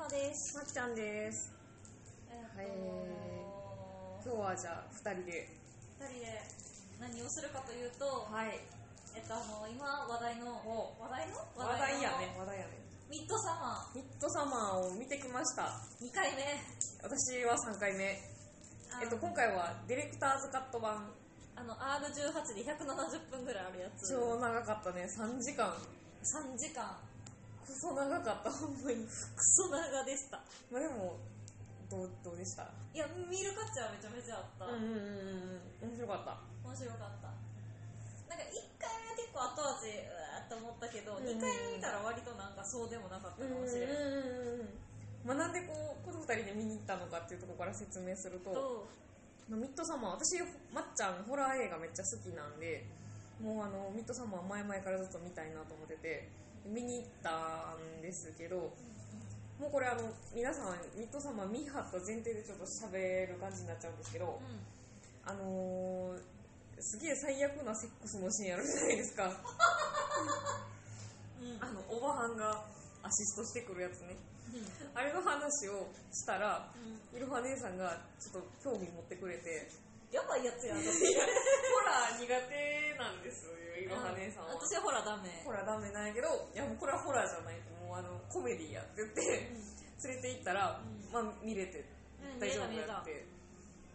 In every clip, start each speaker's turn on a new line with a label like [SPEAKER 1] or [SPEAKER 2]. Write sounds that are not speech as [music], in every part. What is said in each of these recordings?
[SPEAKER 1] ほです。
[SPEAKER 2] まきちゃんです
[SPEAKER 1] えっと、
[SPEAKER 2] え今日はじゃあ2人で
[SPEAKER 1] 二人で何をするかというと、
[SPEAKER 2] はい
[SPEAKER 1] えっと、あの、今話題の、話題の
[SPEAKER 2] 話題やね
[SPEAKER 1] の
[SPEAKER 2] 話題やね
[SPEAKER 1] ミッドサマ
[SPEAKER 2] ミッドサマーを見てきました
[SPEAKER 1] ー2回目。
[SPEAKER 2] 私は3回目え
[SPEAKER 1] あ
[SPEAKER 2] っと今回はディレクターズカット版
[SPEAKER 1] あの、R18 で170分ぐらいあるやつ。
[SPEAKER 2] 超長かったね3時間
[SPEAKER 1] 3時間。
[SPEAKER 2] クソ長かったほんま
[SPEAKER 1] ク
[SPEAKER 2] に
[SPEAKER 1] ソ長でした。
[SPEAKER 2] まあでもどうどうでした
[SPEAKER 1] いや、見る価値はめちゃめちゃあった。
[SPEAKER 2] うんうんうんうん面白かった
[SPEAKER 1] 面白かったなんか1回目は結構後味うわーって思ったけど、
[SPEAKER 2] う
[SPEAKER 1] 2
[SPEAKER 2] ん
[SPEAKER 1] 回目見たら割となんかそうでもなかったかもしれない、
[SPEAKER 2] うんうんまあ、なんでこうこの2人で見に行ったのかっていうところから説明すると
[SPEAKER 1] と
[SPEAKER 2] まあミッドサマー私まっちゃんホラー映画めっちゃ好きなんでもうあのミッドサマー前々からずっと見たいなと思ってて見に行ったんですけどもうこれあの皆さんミッドサマー見はった前提でちょっと喋る感じになっちゃうんですけど
[SPEAKER 1] うん、
[SPEAKER 2] あのー、すげえ最悪なセックスのシーンあるじゃないですか
[SPEAKER 1] うんうん
[SPEAKER 2] あのおばはんがアシストしてくるやつねあれの話をしたら
[SPEAKER 1] うん
[SPEAKER 2] いろは姉さんがちょっと興味持ってくれて
[SPEAKER 1] やばいやつやな
[SPEAKER 2] ホラー苦手なんですよ、いろは姉さん
[SPEAKER 1] [laughs]
[SPEAKER 2] は。
[SPEAKER 1] 私はほらダメ
[SPEAKER 2] ホラーダメなんやけど、いやもうこれはホラーじゃないと、もうあの、コメディやって言って、 [laughs] 連れて行った
[SPEAKER 1] う
[SPEAKER 2] ら、
[SPEAKER 1] ん
[SPEAKER 2] まあ見れて、
[SPEAKER 1] うん
[SPEAKER 2] 大丈夫
[SPEAKER 1] 見れた
[SPEAKER 2] やって。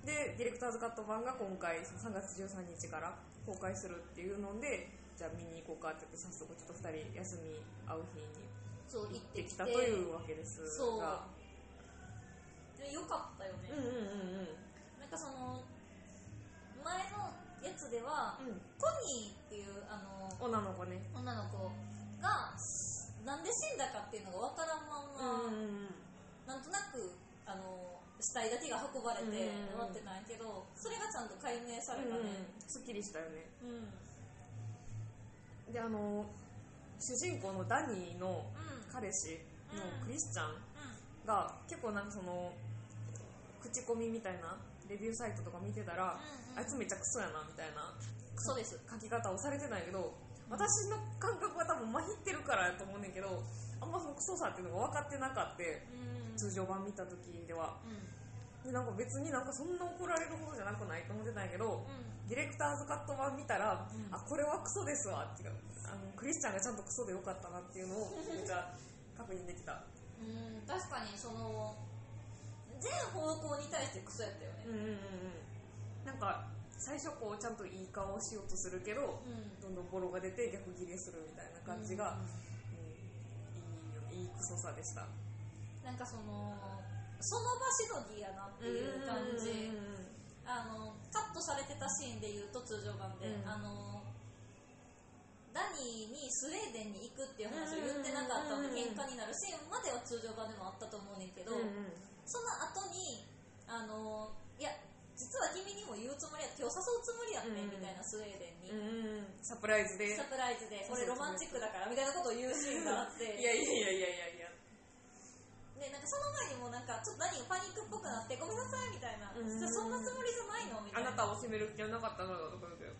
[SPEAKER 2] で、ディレクターズカット版が今回3月13日から公開するっていうので、じゃあ見に行こうかって言って、早速ちょっと2人休み会う日に
[SPEAKER 1] そう行って
[SPEAKER 2] で
[SPEAKER 1] きて
[SPEAKER 2] きたというわけです
[SPEAKER 1] そう
[SPEAKER 2] が。
[SPEAKER 1] でよかったよね、
[SPEAKER 2] うんうんうんうん。
[SPEAKER 1] なんかその前のやつでは、
[SPEAKER 2] うん
[SPEAKER 1] コニーっていうあの
[SPEAKER 2] 女の子ね。
[SPEAKER 1] 女の子がなんで死んだかっていうのが分からんまんま、
[SPEAKER 2] うんうんうん。
[SPEAKER 1] なんとなくあの死体だけが運ばれて
[SPEAKER 2] うんうんうん
[SPEAKER 1] 終わってないけどそれがちゃんと解明された
[SPEAKER 2] うん
[SPEAKER 1] ね、
[SPEAKER 2] すっきりしたよね。
[SPEAKER 1] うんうん
[SPEAKER 2] であの主人公のダニーの彼氏
[SPEAKER 1] うん
[SPEAKER 2] のクリスチャン
[SPEAKER 1] う
[SPEAKER 2] が結構なんかその口コミみたいなレビューサイトとか見てた
[SPEAKER 1] うんう
[SPEAKER 2] ら、
[SPEAKER 1] ん
[SPEAKER 2] あいつめっちゃクソやなみたいなん
[SPEAKER 1] そうです
[SPEAKER 2] 書き方をされてないけど私の感覚が多分まひってるからやと思うねんけどあんまそのクソさっていうのが分かってなかって
[SPEAKER 1] うん
[SPEAKER 2] 通常版見た時では
[SPEAKER 1] う
[SPEAKER 2] でなんか別になんかそんな怒られるほどじゃなくないと思ってたんやけど、
[SPEAKER 1] んうん
[SPEAKER 2] ディレクターズカット版見たら、
[SPEAKER 1] うん
[SPEAKER 2] あこれはクソですわっていうかあのクリスチャンがちゃんとクソでよかったなっていうのをめっちゃ確認できた
[SPEAKER 1] うん確かにその全方向に対してクソやったよね
[SPEAKER 2] うんうんうんうんなんか最初こうちゃんといい顔をしようとするけど、
[SPEAKER 1] うん
[SPEAKER 2] どんどんボロが出て逆ギレするみたいな感じが、うんいいよいいクソさでした
[SPEAKER 1] なんかそのその場しのぎやなっていう感じ、
[SPEAKER 2] うんうんうんうん
[SPEAKER 1] あのカットされてたシーンで言うと通常版で、
[SPEAKER 2] うん
[SPEAKER 1] あのダニーにスウェーデンに行くっていう話を言ってなかったので
[SPEAKER 2] うん
[SPEAKER 1] 喧嘩になるシーンまでは通常版でもあったと思うねんけど、
[SPEAKER 2] うんうん
[SPEAKER 1] その後にあのいや実は君にも言うつもりや今日誘うつもりやってんみたいなスウェーデンに、
[SPEAKER 2] うんうんうんサプライズで
[SPEAKER 1] サプライズで
[SPEAKER 2] そうそ
[SPEAKER 1] 俺
[SPEAKER 2] う
[SPEAKER 1] ロマンチックだからみたいなことを言うシーンがあっ
[SPEAKER 2] いや
[SPEAKER 1] て
[SPEAKER 2] いやいやいやいや
[SPEAKER 1] で
[SPEAKER 2] いや
[SPEAKER 1] なんかその前にもなんかちょっとダニーがパニックっぽくなってごめんなさいみたいな、
[SPEAKER 2] うん
[SPEAKER 1] そんなつもりじゃないのみた
[SPEAKER 2] あ
[SPEAKER 1] いな
[SPEAKER 2] なたを責める気はなかったのだとか言うけど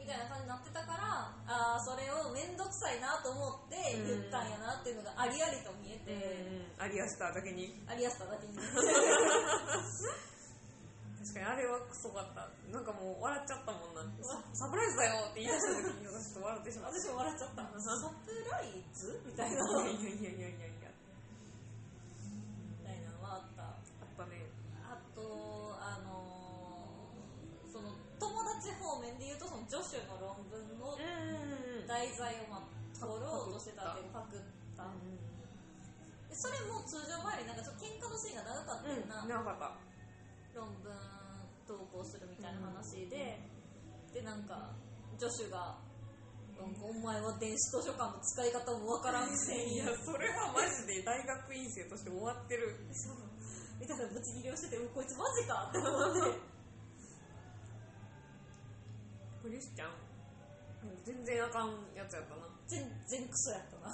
[SPEAKER 1] みたいな感じになってたからああそれを面倒くさいなと思って言ったんやなっていうのがありありと見え
[SPEAKER 2] う
[SPEAKER 1] て、
[SPEAKER 2] んうんアリアスターだけに
[SPEAKER 1] ありやすさだ [laughs] けに
[SPEAKER 2] 確かにあれはクソかったなんかもう笑っちゃったもんなササプライズだよって言い出した時になんかちょっと笑ってしまった
[SPEAKER 1] 私も笑っちゃったサプライ
[SPEAKER 2] [laughs]
[SPEAKER 1] ズみたいなみ
[SPEAKER 2] いやいやいやいやいや
[SPEAKER 1] たいなのはあった
[SPEAKER 2] あったね
[SPEAKER 1] あとあのーその友達方面で言うとそのジョシュの論文の
[SPEAKER 2] うん
[SPEAKER 1] 題材をまあ取ろうとしてたってパクったでそれも通常前よりなんかちょっと喧嘩のシーンが長かったよ
[SPEAKER 2] うん
[SPEAKER 1] な、
[SPEAKER 2] 長か
[SPEAKER 1] 論文投稿するみたいな話で、でなんか助手が「なんかお前は電子図書館の使い方もわからんく
[SPEAKER 2] った
[SPEAKER 1] せ
[SPEAKER 2] い
[SPEAKER 1] に」
[SPEAKER 2] やそれはマジで大学院生として終わってる
[SPEAKER 1] そうみたいなぶち切れをしてて「うこいつマジか!」って思って
[SPEAKER 2] クリスチャン全然あかんやつやったな
[SPEAKER 1] 全然クソやったな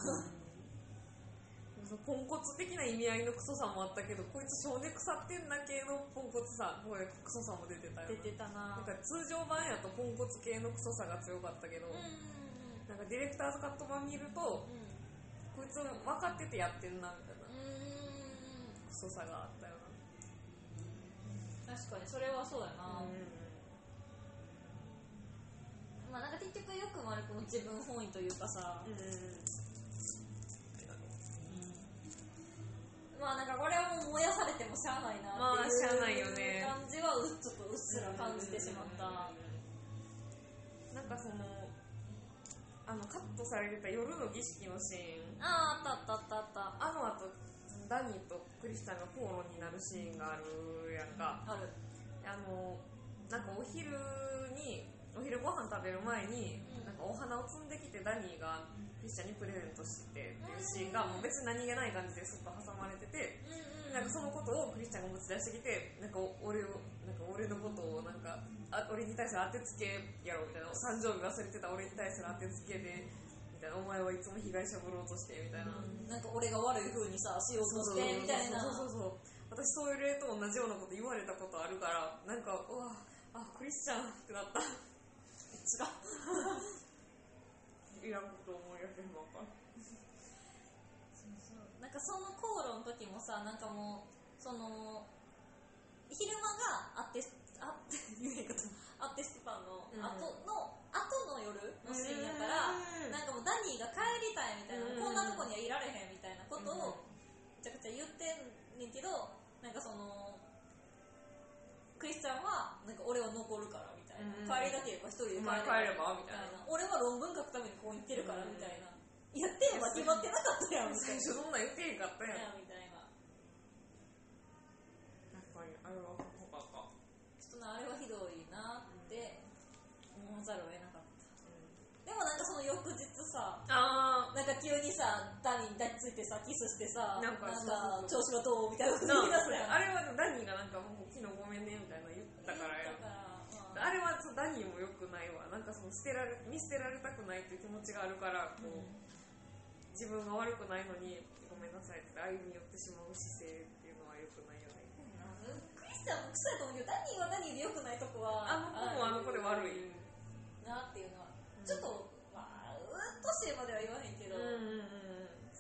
[SPEAKER 2] そのポンコツ的な意味合いのクソさもあったけどこいつ性根腐ってんな系のポンコツさこういうクソさも出てたよ
[SPEAKER 1] 出
[SPEAKER 2] な
[SPEAKER 1] てた
[SPEAKER 2] な
[SPEAKER 1] なん
[SPEAKER 2] か通常版やとポンコツ系のクソさが強かったけど、
[SPEAKER 1] うんうん
[SPEAKER 2] なんかディレクターズカット版見ると、こいつ分かっててやってんなみたいな
[SPEAKER 1] うんうん
[SPEAKER 2] クソさがあったよ
[SPEAKER 1] 確かにそれはそうや
[SPEAKER 2] な
[SPEAKER 1] な、まあなんか結局よくも悪くも自分本位というかさ、
[SPEAKER 2] うん
[SPEAKER 1] まあなんかこれはもう燃やされてもしゃあないな
[SPEAKER 2] ま
[SPEAKER 1] っ
[SPEAKER 2] あ
[SPEAKER 1] て
[SPEAKER 2] しゃあない
[SPEAKER 1] い
[SPEAKER 2] よね
[SPEAKER 1] う感じはうちょっとうっすら感じてしまった、
[SPEAKER 2] なんかそのあのカットされてた夜の儀式のシーン
[SPEAKER 1] あああったあったあったあっ
[SPEAKER 2] あのあとダニーとクリスタンが口論になるシーンがあるやんか
[SPEAKER 1] たある
[SPEAKER 2] あのなんかお昼にお昼ご飯食べる前に、
[SPEAKER 1] うん
[SPEAKER 2] なんかお花を摘んできてダニーがクリスタンにプレゼントしてっていうシーンがもう別に何気ない感じでそっと挟まれてて
[SPEAKER 1] うん
[SPEAKER 2] なんかそのことをクリスチャンが持ち出してきて、なんか俺を、なんか俺のことをなんか、あ俺に対する当てつけやろみたいな、誕生日忘れてた俺に対する当てつけで、みたいな、お前はいつも被害者ぶろうとして、みたいな。
[SPEAKER 1] なんか俺が悪い風にさしようと
[SPEAKER 2] そうそうそう
[SPEAKER 1] してみたいな
[SPEAKER 2] そうそうそう。私そういう例と同じようなこと言われたことあるから、なんか、うわ、あ、クリスチャンってなった。 [laughs]
[SPEAKER 1] 違う
[SPEAKER 2] いらんこと思い出せへんわかん。
[SPEAKER 1] なんかその口論の時もさなんかもうその昼間がアッテスアッテ [laughs] 言えへんかったアッテスパンの
[SPEAKER 2] うん
[SPEAKER 1] 後の、後の夜のシーンやから
[SPEAKER 2] うん
[SPEAKER 1] なんかもうダニーが帰りたいみたいな、
[SPEAKER 2] うん
[SPEAKER 1] こんなとこにはいられへんみたいなこと
[SPEAKER 2] うん
[SPEAKER 1] をめちゃくちゃ言ってんねんけどなんかそのクリスチャンはなんか俺は残るからみたいな、
[SPEAKER 2] うん
[SPEAKER 1] 帰りたければ一人で
[SPEAKER 2] お
[SPEAKER 1] 帰
[SPEAKER 2] 前
[SPEAKER 1] れ
[SPEAKER 2] 帰れ
[SPEAKER 1] ば
[SPEAKER 2] ばみ
[SPEAKER 1] み
[SPEAKER 2] た
[SPEAKER 1] た
[SPEAKER 2] い
[SPEAKER 1] い
[SPEAKER 2] な。
[SPEAKER 1] な俺は論文書くためにここに行ってるからみたいな、やってれば決まってなかったやんみたいな
[SPEAKER 2] 最初そんなん言ってへんかったやん。やっ
[SPEAKER 1] みたいな
[SPEAKER 2] ぱり、あれはほかか。
[SPEAKER 1] ちょっとなあれはひどいなって思わざるを得なかったでもなんかその翌日さ
[SPEAKER 2] あー、
[SPEAKER 1] なんか急にさダニーに抱きついてさキスしてさ
[SPEAKER 2] なんか
[SPEAKER 1] なんか
[SPEAKER 2] そ
[SPEAKER 1] 調子はどうみたいなこと
[SPEAKER 2] な
[SPEAKER 1] 言い出すやん
[SPEAKER 2] あれはダニーがなんかもう昨日ごめんねみたいなの言ったからや
[SPEAKER 1] だからまあ
[SPEAKER 2] あれはちょっとダニーも良くないわなんかその捨てられ見捨てられたくないっていう気持ちがあるからこう、自分が悪くないのにごめんなさいって歩み寄ってしまう姿勢っていうのは良くないよね
[SPEAKER 1] クリスタンも臭いと思うけどダニーはダニーで良くないとこは
[SPEAKER 2] あの子もあの子で悪い
[SPEAKER 1] なっていうのは
[SPEAKER 2] うん
[SPEAKER 1] ちょっとまあうっとしいまでは言わへんけど、
[SPEAKER 2] うんうんうん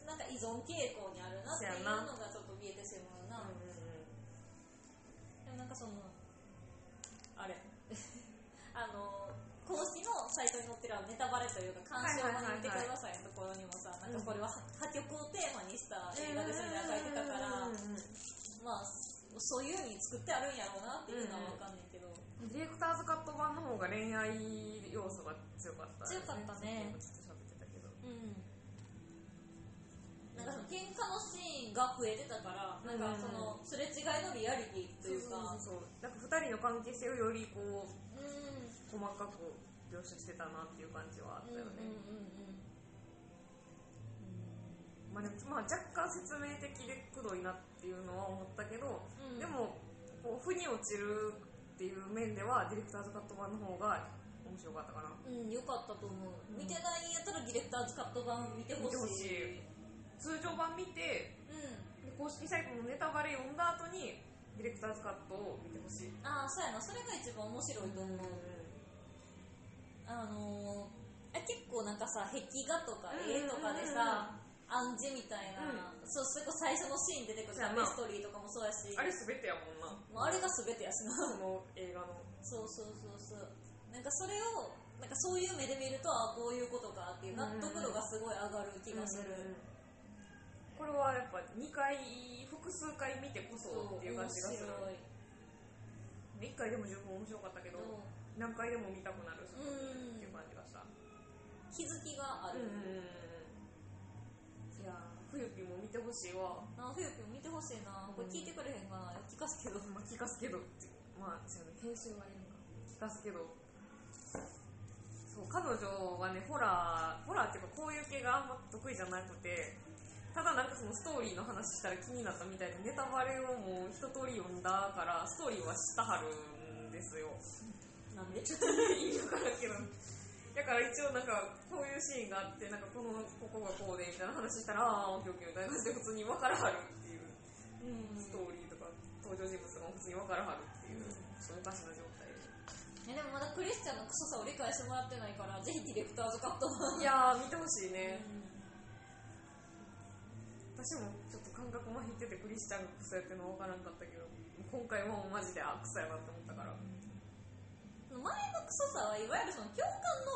[SPEAKER 1] なんか依存傾向にあるなっていうのがちょっと見えてしまうな、でもなんかそのあれ [laughs] あの公式のサイトに載ってるあのネタバレというか鑑賞版に見てくださいのところにもさなんかこれは破局をテーマにした映画ですみたいな書いてたから
[SPEAKER 2] うんうんうん
[SPEAKER 1] まあそういう風に作ってあるんやろうなっていうのは分かんないけど
[SPEAKER 2] ディレクターズカット版の方が恋愛要素が強かった、
[SPEAKER 1] 強かったね
[SPEAKER 2] ちょっと喋ってたけど
[SPEAKER 1] うんなんかその喧嘩のシーンが増えてたからなんかそのすれ違いのリアリティというか
[SPEAKER 2] そうそうそうなんか2人の関係性をよりこう
[SPEAKER 1] うん
[SPEAKER 2] 細かく描写してたなっていう感じはあったよ
[SPEAKER 1] うん
[SPEAKER 2] ね、
[SPEAKER 1] う
[SPEAKER 2] まあ、でもまあ若干説明的でくどいなっていうのは思ったけど、
[SPEAKER 1] んうんうん
[SPEAKER 2] でもこう負に落ちるっていう面ではディレクターズカット版の方が面白かったかな
[SPEAKER 1] うん、良かったと思う、
[SPEAKER 2] うん
[SPEAKER 1] 見てないんやったらディレクターズカット版見てほしい
[SPEAKER 2] 見てほしい通常版見て
[SPEAKER 1] うん
[SPEAKER 2] で公式サイトのネタバレ読んだ後にディレクターズカットを見てほしい
[SPEAKER 1] ああそうやなそれが一番面白いと思う、あのー、あ結構なんかさ壁画とか絵とかでさ、暗示みたいな、そうそれこそ最初のシーン出てくる
[SPEAKER 2] そうや
[SPEAKER 1] さ
[SPEAKER 2] な
[SPEAKER 1] ミストリーとかもそうやし
[SPEAKER 2] あれ全てやもんな
[SPEAKER 1] もうあれが全てやしな [laughs]
[SPEAKER 2] この映画の
[SPEAKER 1] そうそうそうそうなんかそれをなんかそういう目で見るとああこういうことかっていう納得度がすごい上がる気がする、
[SPEAKER 2] これはやっぱ2回複数回見てこそっていう感じがする
[SPEAKER 1] 面白い
[SPEAKER 2] 1回でも十分面白かったけど
[SPEAKER 1] うん
[SPEAKER 2] 何回でも見たくなるし
[SPEAKER 1] うん
[SPEAKER 2] っていう感じがした
[SPEAKER 1] 気づきがある、
[SPEAKER 2] いやー冬木も見てほしいわ
[SPEAKER 1] なあ、ふゆぴも見てほしいな。これ聞いてくれへんかな。聞かすけど。
[SPEAKER 2] まあ聞かすけどまあそうね編集はいいのか聞かすけどそう彼女はねホラーホラーっていうかこういう系があんま得意じゃなくてただなんかそのストーリーの話したら気になったみたいでネタバレをもう一通り読んだからストーリーは知ったはるんですよ
[SPEAKER 1] なんで
[SPEAKER 2] ちょっといいのかなけど。だから一応なんか、こういうシーンがあって、なんかこの、ここがこうで、みたいな話したら、ああ、オッケーオッケーみたいな感じで普通に分からはるっていう、
[SPEAKER 1] うん
[SPEAKER 2] ストーリーとか、登場人物とかも普通に分からはるっていう、ちょっとおかしな状態
[SPEAKER 1] えでもまだクリスチャンのクソさを理解してもらってないから、ぜひディレクターズカット版。
[SPEAKER 2] いやー、見てほしいね。
[SPEAKER 1] う
[SPEAKER 2] 私私もちょっと感覚まひっててクリスチャンがクソやってるの分からんかったけど今回はもうマジであクソやなって思ったから
[SPEAKER 1] 前のクソさはいわゆるその共感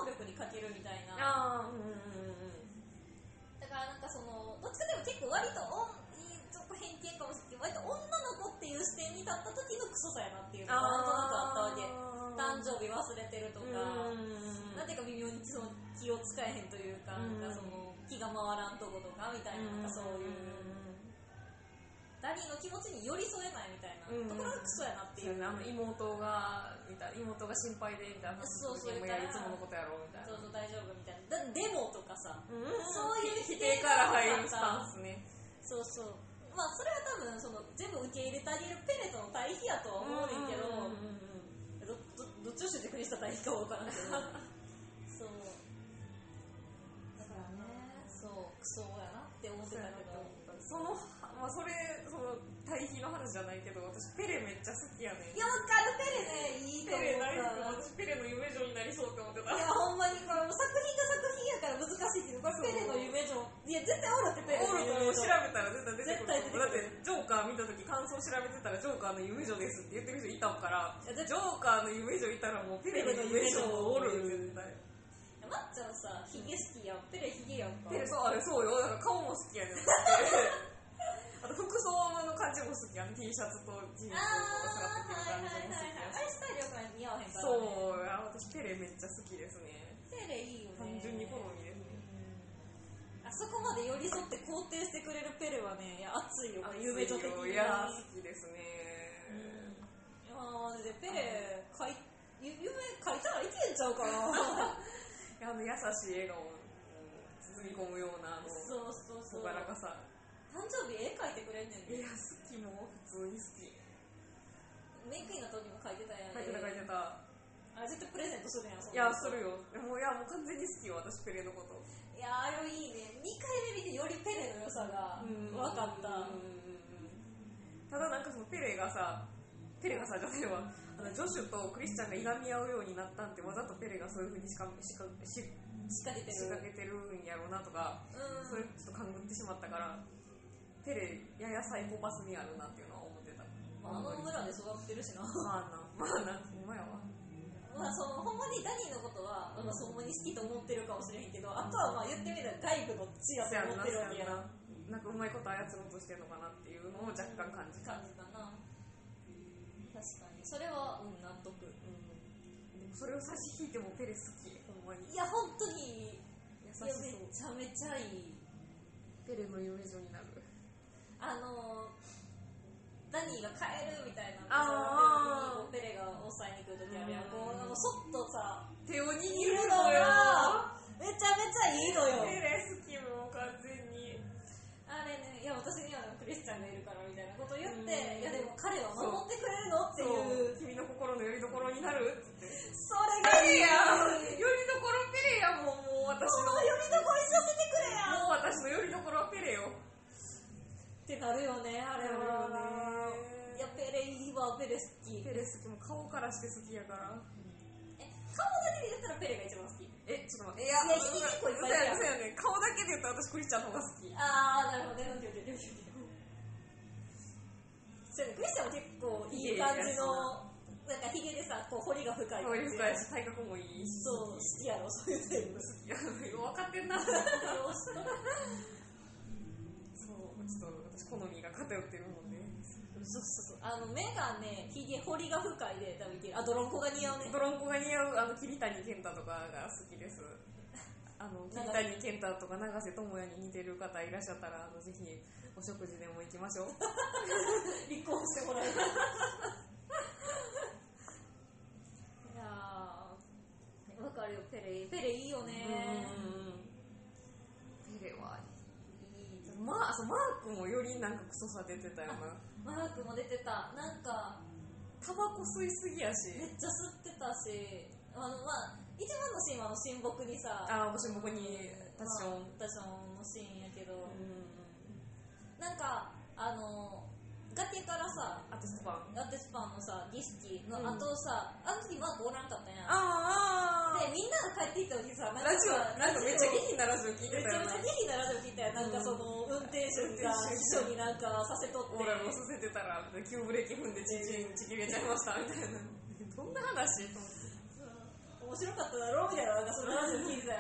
[SPEAKER 1] 能力に欠けるみたいな
[SPEAKER 2] ああうんうんうん
[SPEAKER 1] だからなんかそのどっちかというと結構割とおんいいちょっと偏見かもしれないけど割と女の子っていう視点に立った時のクソさやなっていうのがなんとなくあったわけ誕生日忘れてるとか、なんていうか微妙にその気を使えへんというか,、
[SPEAKER 2] うん
[SPEAKER 1] なんかその気が回らんとことかみたいな,、なんかそういうダニーの気持ちに寄り添えないみたいな
[SPEAKER 2] うん
[SPEAKER 1] ところがクソやなっていう、
[SPEAKER 2] あの妹がみたいな妹が心配でみたいな
[SPEAKER 1] そうそう
[SPEAKER 2] もうやいつものことやろうみたいな
[SPEAKER 1] そうそう大丈夫みたいなだでもとかさ
[SPEAKER 2] うん
[SPEAKER 1] そういう否
[SPEAKER 2] 否
[SPEAKER 1] 定
[SPEAKER 2] 定
[SPEAKER 1] か
[SPEAKER 2] から
[SPEAKER 1] ら入
[SPEAKER 2] 入る
[SPEAKER 1] るス
[SPEAKER 2] スタ
[SPEAKER 1] タ
[SPEAKER 2] ン
[SPEAKER 1] ン
[SPEAKER 2] スね
[SPEAKER 1] そうそうまあそれは多分その全部受け入れてあげるペレとの対比やとは思うねんけど、どどどっちを主軸にしたらいいかわからんけ [laughs] どそうだからねそうクソやなって思ってたけど
[SPEAKER 2] その、まあ、それその対比の話じゃないけど私ペレめっちゃ好きやねん
[SPEAKER 1] いやわかるペレねいい
[SPEAKER 2] ペ
[SPEAKER 1] と思
[SPEAKER 2] レ大好
[SPEAKER 1] う
[SPEAKER 2] き私ペレの夢女になりそうって思って
[SPEAKER 1] いや
[SPEAKER 2] た
[SPEAKER 1] ほんまにこれもう作品が作品やから難しいけどこれペレの夢じゃんいや絶対おるってペレ
[SPEAKER 2] オール
[SPEAKER 1] の夢
[SPEAKER 2] と調
[SPEAKER 1] じ
[SPEAKER 2] べ
[SPEAKER 1] ゃん
[SPEAKER 2] たら絶対出てくると思うだってジョーカー見た時感想調べてたらジョーカーの夢女ですって言ってる人いたから
[SPEAKER 1] いや
[SPEAKER 2] ジ
[SPEAKER 1] 絶
[SPEAKER 2] ョーカーの夢女いたらもうペレの夢女もおる絶対
[SPEAKER 1] まっちゃんさヒゲ好きやんペレヒゲやんか
[SPEAKER 2] ペレそうあれそうよだから顔も好きや [laughs] ねんあと服装の感じも好きやねん T シャツとジーンズ
[SPEAKER 1] あーはいはいはいはい
[SPEAKER 2] とかさってる感じも好きやし
[SPEAKER 1] あれスタイルよくない似合わへんから、ね、
[SPEAKER 2] そうや私ペレめっちゃ好きですね
[SPEAKER 1] セレいいよね
[SPEAKER 2] 単純に好みですね
[SPEAKER 1] あそこまで寄り添って肯定してくれるペレはねいや熱いよこれ夢女的に
[SPEAKER 2] いや
[SPEAKER 1] うん
[SPEAKER 2] 好きですね
[SPEAKER 1] いやマジでペレかいゆ夢書いたらいけんちゃうかな
[SPEAKER 2] いやあの優しい笑顔を包み込むようなあの朗
[SPEAKER 1] そうそうそう
[SPEAKER 2] らかさ
[SPEAKER 1] 誕生日絵描いてくれんねん
[SPEAKER 2] い
[SPEAKER 1] ね
[SPEAKER 2] や好きもう普通に好き
[SPEAKER 1] メイクインの時も描いてたやん
[SPEAKER 2] 書いてた書いてた
[SPEAKER 1] あれ絶対プレゼントするやんそ
[SPEAKER 2] い
[SPEAKER 1] んな
[SPEAKER 2] や
[SPEAKER 1] の
[SPEAKER 2] するよもういやもう完全に好きよ私ペレのこと
[SPEAKER 1] いやあれいいね2回目見てよりペレの良さが分かった、
[SPEAKER 2] うんただなんかそのペレがさペレがさじゃねえわあのジョシュとクリスチャンがいがみ合うようになったんってわざとペレがそういうふうにしかしかし仕
[SPEAKER 1] しっかりてる
[SPEAKER 2] 掛けてるんやろうなとか
[SPEAKER 1] うん
[SPEAKER 2] それちょっと勘ぐってしまったからペレややサイコパスにあるなっていうのは思ってた
[SPEAKER 1] まああの村で育ってるしな
[SPEAKER 2] まあなまあなほんまやわ
[SPEAKER 1] まあそのほんまにダニーのことは、まあ、そんまに好きと思ってるかもしれへんけどあとはまあ言ってみたら外部の血やと
[SPEAKER 2] や
[SPEAKER 1] 思ってるわけやな
[SPEAKER 2] なんかうまいこと操ろうとしてるのかなっていうのを若干感じた、
[SPEAKER 1] 感じかな確かにそれはうん納得
[SPEAKER 2] うん、でもそれを差し引いてもペレ好きほんまに
[SPEAKER 1] いや本当にい
[SPEAKER 2] 優しそ
[SPEAKER 1] や
[SPEAKER 2] う
[SPEAKER 1] めちゃめちゃいい
[SPEAKER 2] ペレの夢女になる
[SPEAKER 1] あのダニーが帰るみたいなの
[SPEAKER 2] あー
[SPEAKER 1] を喋ってる時にこうペレが抑えに来る時あるやん
[SPEAKER 2] うん
[SPEAKER 1] こうなんかそっとさ
[SPEAKER 2] 手を握るの
[SPEAKER 1] いるの
[SPEAKER 2] よ
[SPEAKER 1] がめちゃめちゃいいのよ
[SPEAKER 2] ペレ好きもう完全に
[SPEAKER 1] あれね、いや私にはでもクリスチャンがいるからみたいなこと言っ
[SPEAKER 2] うん
[SPEAKER 1] て、いやでも彼は守ってくれるのっていう、
[SPEAKER 2] そう君の心のよりどころになるっつって
[SPEAKER 1] それが
[SPEAKER 2] ペレやんよ
[SPEAKER 1] いい
[SPEAKER 2] りどころペレやもんもう私
[SPEAKER 1] そ
[SPEAKER 2] の
[SPEAKER 1] のよりどこにさせてくれや
[SPEAKER 2] もう私のよりどころはペレよ
[SPEAKER 1] ってなるよね、あれは。いや、ペレいいわ、ペレ好き。
[SPEAKER 2] ペレ好きも顔からして好きやから
[SPEAKER 1] え、顔だけで言ったらペレが一番好き。
[SPEAKER 2] えちょっと
[SPEAKER 1] い
[SPEAKER 2] 待ってい
[SPEAKER 1] やいい結構いっぱいいるやん
[SPEAKER 2] そうやね顔だけで言うと私クリスチャンの方が好き
[SPEAKER 1] あー、なるほどね、オッケーオッケーオッケーオッケーそうねクリスチャンも結構いい感じの、なんかヒゲでさ、こう彫りが深い
[SPEAKER 2] 顔
[SPEAKER 1] 感
[SPEAKER 2] い
[SPEAKER 1] じ。
[SPEAKER 2] っぱいし体格もいいし
[SPEAKER 1] そう、好きやろ、そういうタイプ。
[SPEAKER 2] 好きや分かってんなそうちょっと私好みが偏ってるもんね
[SPEAKER 1] そうそうそうあの目がねひげ彫りが深いで多分いけるあドロンコが似合うね
[SPEAKER 2] ドロンコが似合うあの桐谷健太とかが好きですあの桐谷健太とか永瀬智也に似てる方いらっしゃったらあのぜひお食事でも行きましょう
[SPEAKER 1] 立候補してもらえるいやーわかるよペレペレいいよね
[SPEAKER 2] ペレはい
[SPEAKER 1] い
[SPEAKER 2] マーそうマークもよりなんかクソさ出てたよな
[SPEAKER 1] マークも出てたなんか
[SPEAKER 2] タバコ吸いすぎやし
[SPEAKER 1] めっちゃ吸ってたしあのまあ一番のシーンはあの親睦にさ
[SPEAKER 2] あもしもここにパッション、
[SPEAKER 1] まあパッションのシーンやけど、
[SPEAKER 2] うん
[SPEAKER 1] なんかあのガテからさ
[SPEAKER 2] アテスパン
[SPEAKER 1] ラテスパンのさ儀式の
[SPEAKER 2] う
[SPEAKER 1] あ
[SPEAKER 2] ん
[SPEAKER 1] とさ、あの時マークおらんかったやん
[SPEAKER 2] あ
[SPEAKER 1] でみんなが帰っていった時さなんか
[SPEAKER 2] ラジオ
[SPEAKER 1] さ
[SPEAKER 2] なんかめっちゃ
[SPEAKER 1] ラジオ
[SPEAKER 2] 下品なラジオ聞い
[SPEAKER 1] め
[SPEAKER 2] て
[SPEAKER 1] ち
[SPEAKER 2] た
[SPEAKER 1] ゃ
[SPEAKER 2] よ
[SPEAKER 1] め
[SPEAKER 2] な
[SPEAKER 1] ちゃ下品なラジオ聞いたよなんかその運転手が秘書になんかさせとって
[SPEAKER 2] オーラルをさせてたら急ブレーキ踏んでチンチンちぎれちゃいましたみたいなどんな話と思っ
[SPEAKER 1] うん面
[SPEAKER 2] て
[SPEAKER 1] 白かっただろうみたいななんかそのラジオ聞いて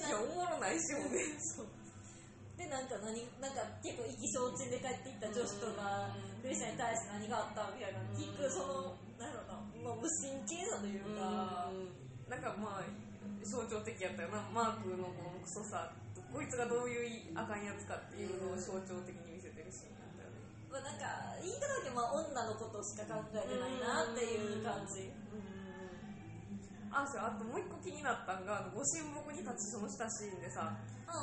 [SPEAKER 1] たやんかで
[SPEAKER 2] いやおもろないしもね
[SPEAKER 1] そうでなんか何なんか結構意気消沈で帰っていった女子とか
[SPEAKER 2] う
[SPEAKER 1] ル
[SPEAKER 2] ん
[SPEAKER 1] イさんに対して何があったみたいなの聞
[SPEAKER 2] う
[SPEAKER 1] く
[SPEAKER 2] ん
[SPEAKER 1] そのなんやろうな、まあ、無神経さというか
[SPEAKER 2] なんかまあ象徴的やったよなマークのこのクソさとこいつがどういうあかんやつかっていうのを象徴的に見せてるシーンやったよね
[SPEAKER 1] まあ、なんか言い方だけまあ女のことしか考えてないなっていう感じ
[SPEAKER 2] あそうあともう一個気になったんがあのご神木に立ちそのしたシーンでさ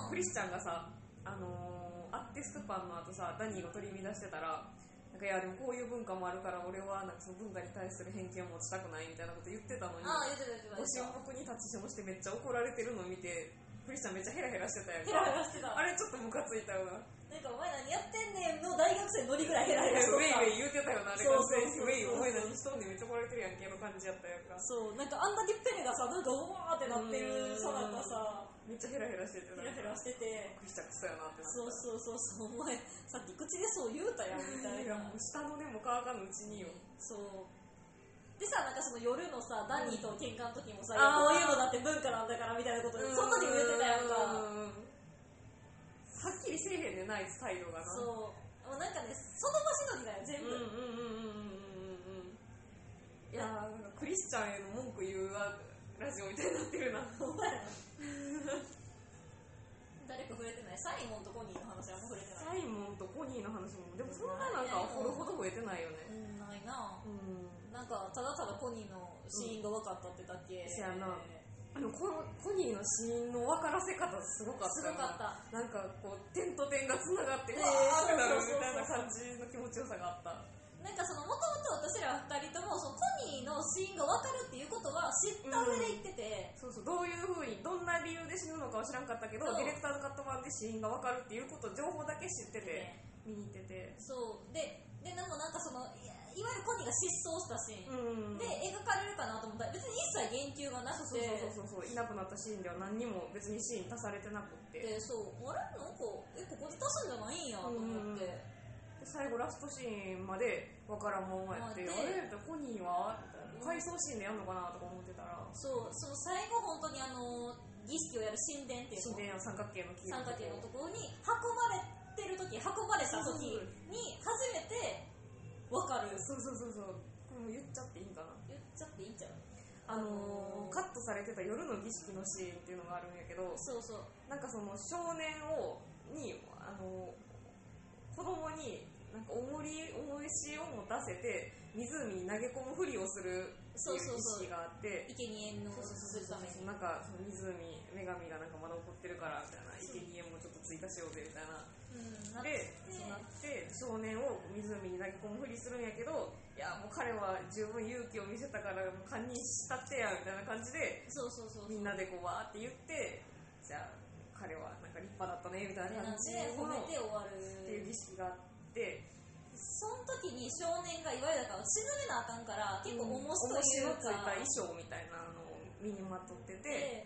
[SPEAKER 2] ク
[SPEAKER 1] う
[SPEAKER 2] リスチャンがさあのーアッテスパンの後さダニーが取り乱してたらなんかいやでもこういう文化もあるから俺はなんかその文化に対する偏見を持ちたくないみたいなこと言ってたの
[SPEAKER 1] ん
[SPEAKER 2] に
[SPEAKER 1] ああ言ってた言ってた
[SPEAKER 2] ご神木に立ちそのしてめっちゃ怒られてるのを見てクリスチャンめっちゃヘラヘラしてたや
[SPEAKER 1] ヘ
[SPEAKER 2] ん
[SPEAKER 1] ラ
[SPEAKER 2] か
[SPEAKER 1] ヘラしてた
[SPEAKER 2] あれちょっとムカついたよな。
[SPEAKER 1] なんかお前何やってんねんの大学生乗りぐらいヘラ
[SPEAKER 2] ウェ
[SPEAKER 1] ヘラしとっ
[SPEAKER 2] イ
[SPEAKER 1] た
[SPEAKER 2] ウェイ言うてたよな、あれ
[SPEAKER 1] そう
[SPEAKER 2] が。
[SPEAKER 1] そうそう
[SPEAKER 2] ウェイお前何しとんねんめっちゃ怒られてるやんけの感じやったやんか。
[SPEAKER 1] そうなんかあんだけペレがさなんかうわーってなってるさなんかさ
[SPEAKER 2] めっちゃヘラヘラしてて、
[SPEAKER 1] ヘラヘラしてて
[SPEAKER 2] クリスチャンクソやなってなった。
[SPEAKER 1] そうそうそうそうお前さっき口でそう言うたやんみたい
[SPEAKER 2] いや、
[SPEAKER 1] な
[SPEAKER 2] もう下のね、もう乾かんのうちによ。
[SPEAKER 1] そうでさなんかその夜のさダニーとの喧嘩の時もさ、いや
[SPEAKER 2] あ
[SPEAKER 1] こう
[SPEAKER 2] ー
[SPEAKER 1] いうのだって文化なんだからみたいなことその時も言ってたやんか
[SPEAKER 2] うんはっきりせえへんねんな、ナイス態度がな。
[SPEAKER 1] そうもうなんかねその場しのぎだよ全
[SPEAKER 2] う
[SPEAKER 1] 部、
[SPEAKER 2] んうんうんうんうんうんうん。いやー、なんかクリスチャンへの文句言うわラジオみたいになってるな。
[SPEAKER 1] お前ら誰か触れてないサイモンとコニーの話はもう触れてない
[SPEAKER 2] サイモンとコニーの話も、でもそんななんかほどほど増えてないよね。
[SPEAKER 1] うんないな
[SPEAKER 2] うん
[SPEAKER 1] なんかただただコニーの死因が分かったってだけ、
[SPEAKER 2] んせやなあのこのコニーの死因の分からせ方すごかった
[SPEAKER 1] すご
[SPEAKER 2] よな
[SPEAKER 1] かった
[SPEAKER 2] なんかこう点と点がつながっ
[SPEAKER 1] え
[SPEAKER 2] て
[SPEAKER 1] ー
[SPEAKER 2] わーってなる
[SPEAKER 1] そうそうそう
[SPEAKER 2] みたいな感じの気持ちよさがあった
[SPEAKER 1] なんかそのもともと私らは2人ともそのコニーの死因が分かるっていうことは知った上で言ってて、
[SPEAKER 2] そうそうどういうふうにどんな理由で死ぬのかは知らんかったけど
[SPEAKER 1] そう
[SPEAKER 2] ディレクターのカットマンで死因が分かるっていうこと情報だけ知ってて
[SPEAKER 1] ね
[SPEAKER 2] 見に行ってて
[SPEAKER 1] そうでででもなんかそのいやいわゆるコニーが失踪したシーン、
[SPEAKER 2] うん
[SPEAKER 1] で描かれるかなと思ったら別に一切言及がなく
[SPEAKER 2] そう
[SPEAKER 1] て
[SPEAKER 2] そうそうそういなくなったシーンでは何にも別にシーン足されてなくってで
[SPEAKER 1] でそうあれなんかえここで出すんじゃないんやと思って、
[SPEAKER 2] うん最後ラストシーンまで分からんまんまやって
[SPEAKER 1] 待って
[SPEAKER 2] あれみたいなコニーはみたい
[SPEAKER 1] うん
[SPEAKER 2] な回想シーンでやんのかなとか思ってたら
[SPEAKER 1] そうその最後本当にあの儀式をやる神殿っていう
[SPEAKER 2] 神
[SPEAKER 1] の
[SPEAKER 2] 殿や三角形の木
[SPEAKER 1] 三角形のところに運ばれてる時運ばれた時に初めて分かる
[SPEAKER 2] そうそうそうそうこれもう言っちゃっていいんかな
[SPEAKER 1] 言っちゃっていいんちゃう
[SPEAKER 2] あのー、カットされてた夜の儀式のシーンっていうのがあるんやけど
[SPEAKER 1] そうそう
[SPEAKER 2] なんかその少年をにあのー、子供になんか重り重いしを持たせて湖に投げ込むふりをするって
[SPEAKER 1] そう
[SPEAKER 2] い
[SPEAKER 1] そううそう
[SPEAKER 2] 儀式があって
[SPEAKER 1] 生贄のするために
[SPEAKER 2] なんかその湖女神がなんかまだ怒ってるからみたいな
[SPEAKER 1] そう
[SPEAKER 2] 生贄もちょっと追加しようぜみたいな
[SPEAKER 1] うんなって
[SPEAKER 2] でそうなって少年を湖に投げ込むふりするんやけどいやもう彼は十分勇気を見せたからもう堪忍したってやみたいな感じで
[SPEAKER 1] そうそうそう
[SPEAKER 2] みんなでこうわーって言ってじゃあ彼はなんか立派だったねみたい
[SPEAKER 1] でなん
[SPEAKER 2] な感
[SPEAKER 1] で
[SPEAKER 2] じ
[SPEAKER 1] 褒めて終
[SPEAKER 2] の
[SPEAKER 1] わる
[SPEAKER 2] っていう儀式があって
[SPEAKER 1] その時に少年がいわゆるだから死ぬめなあかんから結構重しとい
[SPEAKER 2] 重
[SPEAKER 1] う
[SPEAKER 2] のついた
[SPEAKER 1] か
[SPEAKER 2] 衣装みたいなのを身にまとって
[SPEAKER 1] で
[SPEAKER 2] て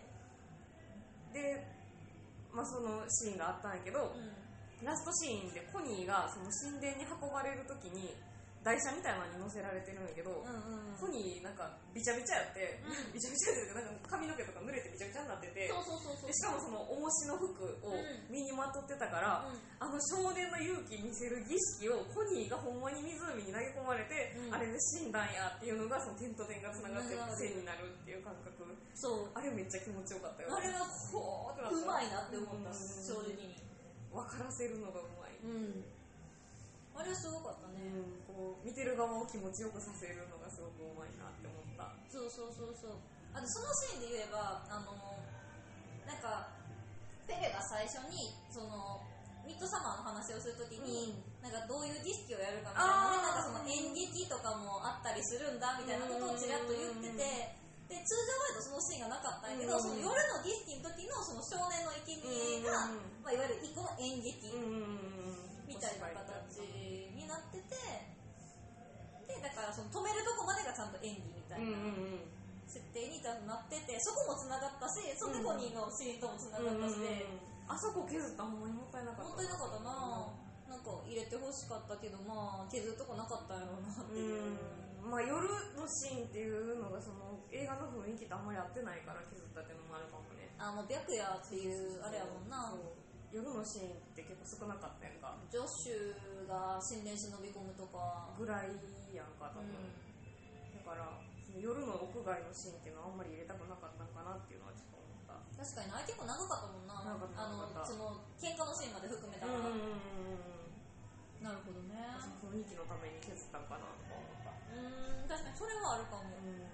[SPEAKER 2] でまあそのシーンがあったんやけど、
[SPEAKER 1] うん
[SPEAKER 2] ラストシーンでコニーがその神殿に運ばれる時に台車みたいなのに乗せられてるんやけど、
[SPEAKER 1] うんうんうん
[SPEAKER 2] コニーなんかびちゃびちゃやって、
[SPEAKER 1] う
[SPEAKER 2] びちゃびちゃやってなんか髪の毛とか濡れてびちゃびちゃになってて
[SPEAKER 1] そうそうそうそう
[SPEAKER 2] でしかもその重しの服を
[SPEAKER 1] うん
[SPEAKER 2] 身にまとってたから、
[SPEAKER 1] うん
[SPEAKER 2] あの少年の勇気見せる儀式をコニーがほんまに湖に投げ込まれて、
[SPEAKER 1] うん
[SPEAKER 2] あれで死んだんやっていうのがその点と点がつながっ
[SPEAKER 1] う
[SPEAKER 2] て
[SPEAKER 1] ん
[SPEAKER 2] 線になるっていう感覚
[SPEAKER 1] そう
[SPEAKER 2] あれめっちゃ気持ちよかったよ
[SPEAKER 1] あれはこううまいなって思った
[SPEAKER 2] うん
[SPEAKER 1] 正直に
[SPEAKER 2] 分からせるのがうまい、
[SPEAKER 1] うんあれはすごかったね
[SPEAKER 2] うん、こう見てる側を気持ちよくさせるのがすごくうまいなって思った
[SPEAKER 1] そうそうそうそうあとそのシーンで言えばあのなんかペレが最初にそのミッドサマーの話をするときに、なんかどういう儀式をやるかみたいな
[SPEAKER 2] あー
[SPEAKER 1] なんかその演劇とかもあったりするんだみたいなことをちらっと言ってて、
[SPEAKER 2] うん
[SPEAKER 1] で通常はそのシーンがなかったんやけど、
[SPEAKER 2] う
[SPEAKER 1] その
[SPEAKER 2] ん
[SPEAKER 1] 夜の儀式の時のその少年の生贄が、
[SPEAKER 2] うん
[SPEAKER 1] まあ、いわゆる一個の演劇
[SPEAKER 2] うんうんうんうん
[SPEAKER 1] みたいな形になっててでだからその止めるとこまでがちゃんと演技みたい
[SPEAKER 3] うんうんうん
[SPEAKER 1] な設定にちゃんとなっててそこもつながったしそこにのシーンともつながったしで
[SPEAKER 2] あそこ削ったらほんまにもったいなかった
[SPEAKER 1] 本当になかったななんか入れてほしかったけどまあ削るとこなかったやろうなっていう
[SPEAKER 2] うんまあ夜のシーンっていうのがその映画の雰囲気とあんまり合ってないから削ったっていうのもあるかもね
[SPEAKER 1] あの白夜っていうあれやもんな
[SPEAKER 2] そう夜のシーンって結構少なかったやんか
[SPEAKER 1] ジョッシュが心霊忍び込むとか
[SPEAKER 2] ぐらいやんか多
[SPEAKER 1] う
[SPEAKER 2] 分、
[SPEAKER 1] ん
[SPEAKER 2] だからその夜の屋外のシーンっていうのはあんまり入れたくなかったんかなっていうのはちょっと思った
[SPEAKER 1] 確かになあれ結構長かったもんな
[SPEAKER 2] 長かっ
[SPEAKER 1] あ
[SPEAKER 2] た
[SPEAKER 1] の
[SPEAKER 2] 長かっ
[SPEAKER 1] そ
[SPEAKER 2] た
[SPEAKER 1] の喧嘩のシーンまで含めたら、
[SPEAKER 2] うんうんうん
[SPEAKER 1] なるほどね
[SPEAKER 2] うん雰囲気のために削ったんかなとか思った
[SPEAKER 1] うーん確かにそれはあるかも、
[SPEAKER 2] うん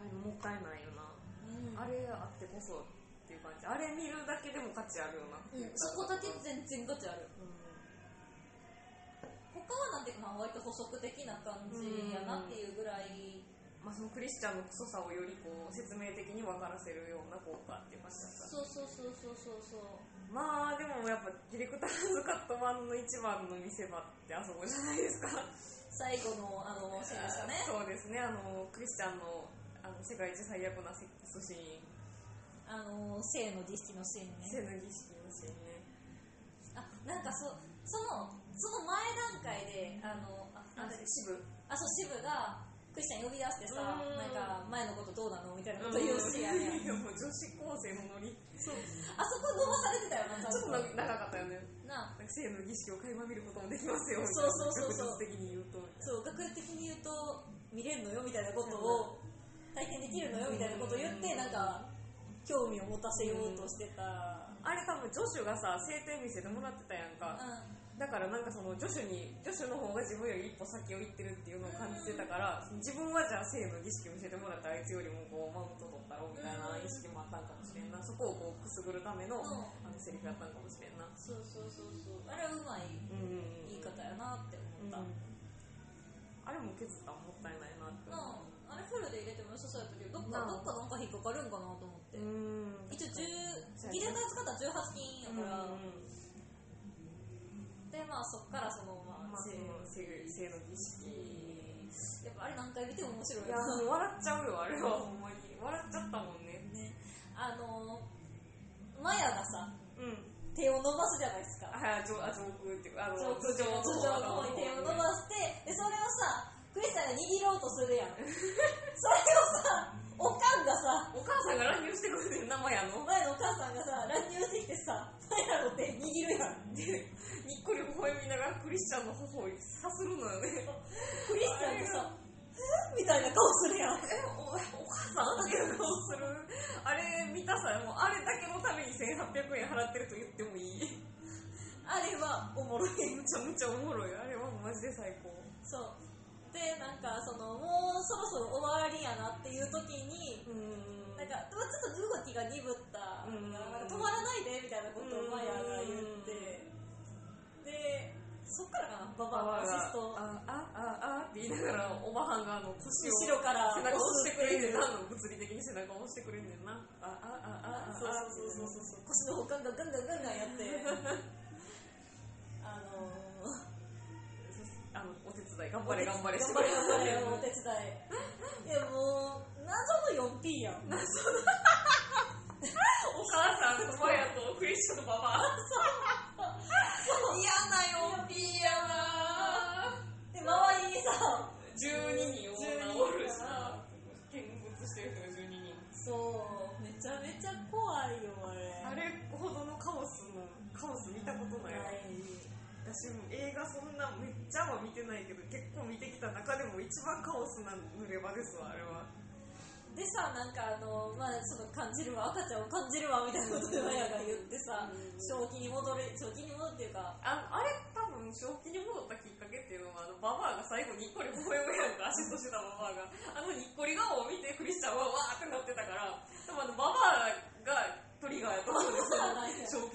[SPEAKER 2] あれもったいないよな、
[SPEAKER 1] うん、
[SPEAKER 2] あれあってこそっていう感じあれ見るだけでも価値あるよなって
[SPEAKER 1] う
[SPEAKER 2] いうんか、
[SPEAKER 1] そこだけ全然ガチある
[SPEAKER 2] う
[SPEAKER 1] 他はなんていうかまあ割と補足的な感じやなっていうぐらい
[SPEAKER 2] んまあ、そのクリスチャンのクソさをよりこう説明的に分からせるような効果っていう感じだ
[SPEAKER 1] そ
[SPEAKER 2] った
[SPEAKER 1] うそうそうそうそうそう
[SPEAKER 2] まあでもやっぱディレクターズカット版の一番の見せ場ってあそこじゃないですか
[SPEAKER 1] 最後のあのシーンでしたね
[SPEAKER 2] そうですねあのクリスチャンのあの世界一最悪なセックスシーン
[SPEAKER 1] あの性の儀式のシーンね
[SPEAKER 2] 性の儀式のシーンね
[SPEAKER 1] あなんかそそのその前段階であのああれ
[SPEAKER 2] 支部
[SPEAKER 1] あそう渋がクリスチャン呼び出してさ
[SPEAKER 2] うん
[SPEAKER 1] なんか前のことどうなのみたいなこと言うシーンやね
[SPEAKER 2] いや [laughs] もう女子高生のノリちょ
[SPEAKER 1] あそこ飲まされてたよなちゃん
[SPEAKER 2] っ
[SPEAKER 1] と
[SPEAKER 2] と長かったよね
[SPEAKER 1] なあ
[SPEAKER 2] なんか性の儀式を垣間見ることもできますよみたいな
[SPEAKER 1] そうそうそうそう
[SPEAKER 2] 学術的に言うとみた
[SPEAKER 1] そう学歴的に言うと見れ
[SPEAKER 2] いな
[SPEAKER 1] るのよみたいなことを体験できるのよみたいなことを言ってなんか興味を持たせようとしてた
[SPEAKER 2] あれ多分女子がさ晴天見せてもらってたやん
[SPEAKER 1] う
[SPEAKER 2] か、
[SPEAKER 1] ん
[SPEAKER 2] だからなんかその女子に女子の方が自分より一歩先を行ってるっていうのを感じてたから自分はじゃあ性の儀式を見せてもらってあいつよりもこうマウント取ったろみたいな意識もあったんかもしれんなそこをこうくすぐるための
[SPEAKER 1] ん
[SPEAKER 2] あのセリフやったんかもしれんなう
[SPEAKER 1] そうそうそうそうあれはうまい
[SPEAKER 2] ん
[SPEAKER 1] 言い方やなって思った、
[SPEAKER 2] うんあれも削ったらもったいないなって
[SPEAKER 1] なああれフルで入れても良さそうやったけどどっか
[SPEAKER 2] なあ
[SPEAKER 1] どっかなんか引っかかるんかなと思って、
[SPEAKER 2] うん
[SPEAKER 1] 一応10
[SPEAKER 2] そうやね
[SPEAKER 1] ギレが使ったら18金や
[SPEAKER 2] うん
[SPEAKER 1] から、でまあそっからそのまあ
[SPEAKER 2] まあそ
[SPEAKER 1] せ
[SPEAKER 2] の性性の儀式
[SPEAKER 1] やっぱあれ何回見ても面白い
[SPEAKER 2] いや
[SPEAKER 1] な
[SPEAKER 2] もう笑っちゃうよあれはほんまに笑っちゃったもんね
[SPEAKER 1] ねあのーマヤがさ
[SPEAKER 2] うん
[SPEAKER 1] 手を伸ばすじゃないですか
[SPEAKER 2] あ、上、あ、上空っていうか、あの、
[SPEAKER 1] 上
[SPEAKER 2] 頭上の
[SPEAKER 1] 頭上の方に手を伸ばしてでそれをさクリスタが握ろうとす [laughs] るやんそれをさおかんがさ
[SPEAKER 2] お母さんが乱入してくるねんな、生やの。
[SPEAKER 1] 前のお母さんがさ乱入してきてさマヤの手握るやん
[SPEAKER 2] で、にっこり微笑みながらクリスチャンの頬をさするのよね。
[SPEAKER 1] クリスタがさ [laughs] えみたいな顔するやん
[SPEAKER 2] え、お、お母さんっていう顔する。あれ見たさ、もうあれだけのために1800円払ってると言ってもいい。
[SPEAKER 1] あれはおもろい
[SPEAKER 2] むちゃむちゃおもろい。あれはもうマジで最高。
[SPEAKER 1] そうでなんかそのもうそろそろ終わりやなっていう時に
[SPEAKER 2] うーん。
[SPEAKER 1] なんかうわちょっと動きが鈍った、
[SPEAKER 2] うん
[SPEAKER 1] なんか止まらないでみたいなことをマヤが言って、でそっからかなバ
[SPEAKER 2] あ
[SPEAKER 1] バアのアシスト
[SPEAKER 2] あ、あ、あ、あって言いながら、おばはんがあの腰を。
[SPEAKER 1] 後ろから
[SPEAKER 2] 背中押してくれんねんな、
[SPEAKER 1] 押
[SPEAKER 2] あの物理的に背中押してくれんねんな。あ、あ、あ、あ、あ、
[SPEAKER 1] そうそうそうそうそう腰の保管がガンガンガンガンやってあのー
[SPEAKER 2] あの、お手伝い、頑張れ頑張れ
[SPEAKER 1] 頑張れ頑張れお手伝いいやもう謎の 4P やん
[SPEAKER 2] お母さん、マヤとクリスチャンのババア。嫌な 4P やな
[SPEAKER 1] で周りにさ
[SPEAKER 2] 12人女おるしな
[SPEAKER 1] 12。
[SPEAKER 2] 見物してる人が12人。
[SPEAKER 1] そうめちゃめちゃ怖いよあれ
[SPEAKER 2] あれほどのカオスの、カオス見たことないわ。
[SPEAKER 1] い
[SPEAKER 2] 私も映画そんなめっちゃは見てないけど、結構見てきた中でも一番カオスな濡れ場ですわ、あれは。
[SPEAKER 1] でさなんかあのまあその感じるわ赤ちゃんを感じるわみたいなことでマヤが言ってさ
[SPEAKER 2] うん
[SPEAKER 1] 正気に戻れ正気に戻るっていうか
[SPEAKER 2] ああれ多分正気に戻ったきっかけっていうのはあのババアが最後にっこり微笑むやんかアシストしてたババアがあのにっこり顔を見てクリスチャンはわーってなってたから多分あのババアがトリガーやと思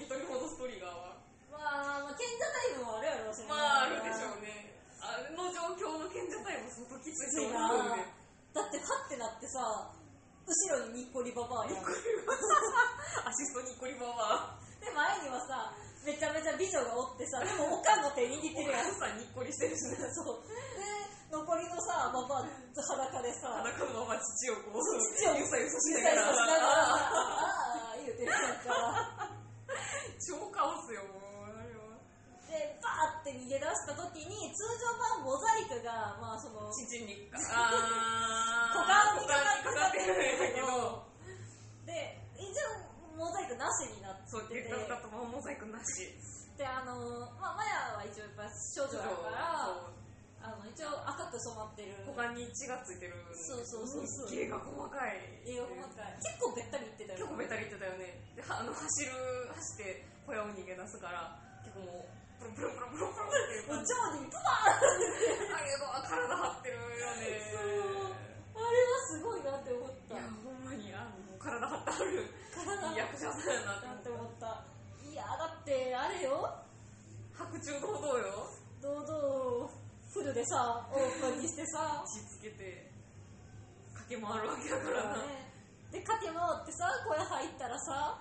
[SPEAKER 2] うんですよ正気取り戻すトリガーは
[SPEAKER 1] まあ、まあ、賢者タイムもあるやろそれ
[SPEAKER 2] まああるでしょうねあの状況の賢者タイム相当きついと思うんで
[SPEAKER 1] だってパッてなってさ後ろにニッコリババアやんで
[SPEAKER 2] アシストにっこりババア
[SPEAKER 1] 前にはさめちゃめちゃ美女がおってさでもおかんの手握ってるやん
[SPEAKER 2] さんにっこりしてるしな
[SPEAKER 1] そうで残りのさママ裸でさ
[SPEAKER 2] 裸のまま父をこう
[SPEAKER 1] 父を
[SPEAKER 2] ゆさゆさし
[SPEAKER 1] 実
[SPEAKER 2] な
[SPEAKER 1] 際そうしながらあーあー
[SPEAKER 2] がら
[SPEAKER 1] 言うてるやんか
[SPEAKER 2] 超カオスよもうあれは
[SPEAKER 1] でバーって逃げ出した時に通常版モザイクがまあその
[SPEAKER 2] 父にかあ
[SPEAKER 1] 股間
[SPEAKER 2] ー
[SPEAKER 1] にか
[SPEAKER 2] 股
[SPEAKER 1] かっ
[SPEAKER 2] 間
[SPEAKER 1] て
[SPEAKER 2] にかかってるんやけど
[SPEAKER 1] で一応モザイクなしになってて
[SPEAKER 2] そう結果だともうモザイクなし
[SPEAKER 1] であのまあマヤは一応やっぱ少女だから
[SPEAKER 2] そう
[SPEAKER 1] あの一応赤く染まってる
[SPEAKER 2] 股間に血がついてる
[SPEAKER 1] そうそうそうそう
[SPEAKER 2] 芸が細かい
[SPEAKER 1] 映画細かい結構べったりいってたよ
[SPEAKER 2] 結構ベタり言ってたよねではあの走る走って小屋を逃げ出すから結構もうブロブロブロブ
[SPEAKER 1] もう
[SPEAKER 2] ロブロっていう感じ
[SPEAKER 1] 上にプワーン
[SPEAKER 2] あれは体張ってるよね
[SPEAKER 1] そうあれはすごいなって思っ
[SPEAKER 2] い
[SPEAKER 1] た
[SPEAKER 2] やほんまにあのもう体張ってある
[SPEAKER 1] 体
[SPEAKER 2] いい役者さんや
[SPEAKER 1] な
[SPEAKER 2] な
[SPEAKER 1] っ
[SPEAKER 2] ってて思
[SPEAKER 1] 思っ
[SPEAKER 2] っ
[SPEAKER 1] たいやだってあれよ
[SPEAKER 2] た白昼堂々よ
[SPEAKER 1] 堂々フルでさオープンにしてさ
[SPEAKER 2] 血つけて駆け回るわけだか
[SPEAKER 1] ね
[SPEAKER 2] らな
[SPEAKER 1] でかけ回ってさ声入ったらさ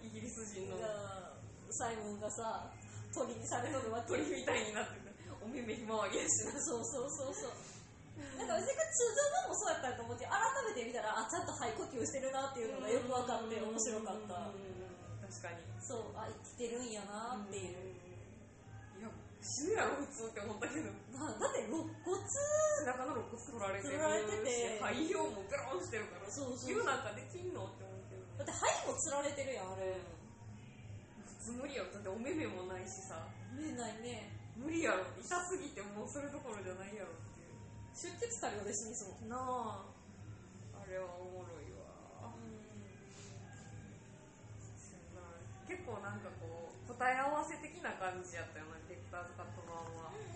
[SPEAKER 2] イギリス人の
[SPEAKER 1] サイモンがさ鳥にされとるわけ
[SPEAKER 2] 鳥みたいになっててお目目ひまわりやしな
[SPEAKER 1] そうそうそうそうなんか別に通常版もそうやったんやと思って改めて見たらあちゃんと肺呼吸してるなっていうのがよく分かって面白かった
[SPEAKER 2] 確かに
[SPEAKER 1] そうあ生きてるんやなっていう、
[SPEAKER 2] いや死ぬやろ普通って思ったけど
[SPEAKER 1] なだって肋骨
[SPEAKER 2] 背中の肋骨取られてる
[SPEAKER 1] 取られてて
[SPEAKER 2] し肺葉もペロンしてるから
[SPEAKER 1] そうそうそう
[SPEAKER 2] 言うなんかできんのって思ってる
[SPEAKER 1] だって肺もつられてるやんあれ
[SPEAKER 2] 普通無理やろだってお目目もないしさ
[SPEAKER 1] 見えないね
[SPEAKER 2] 無理やろ痛すぎてもうそれどころじゃないやろっていう
[SPEAKER 1] 出血多量で死にそう
[SPEAKER 2] なああれはおもろいわ結構なんかこう答え合わせ的な感じやったよなディレクターズカット版は
[SPEAKER 1] うん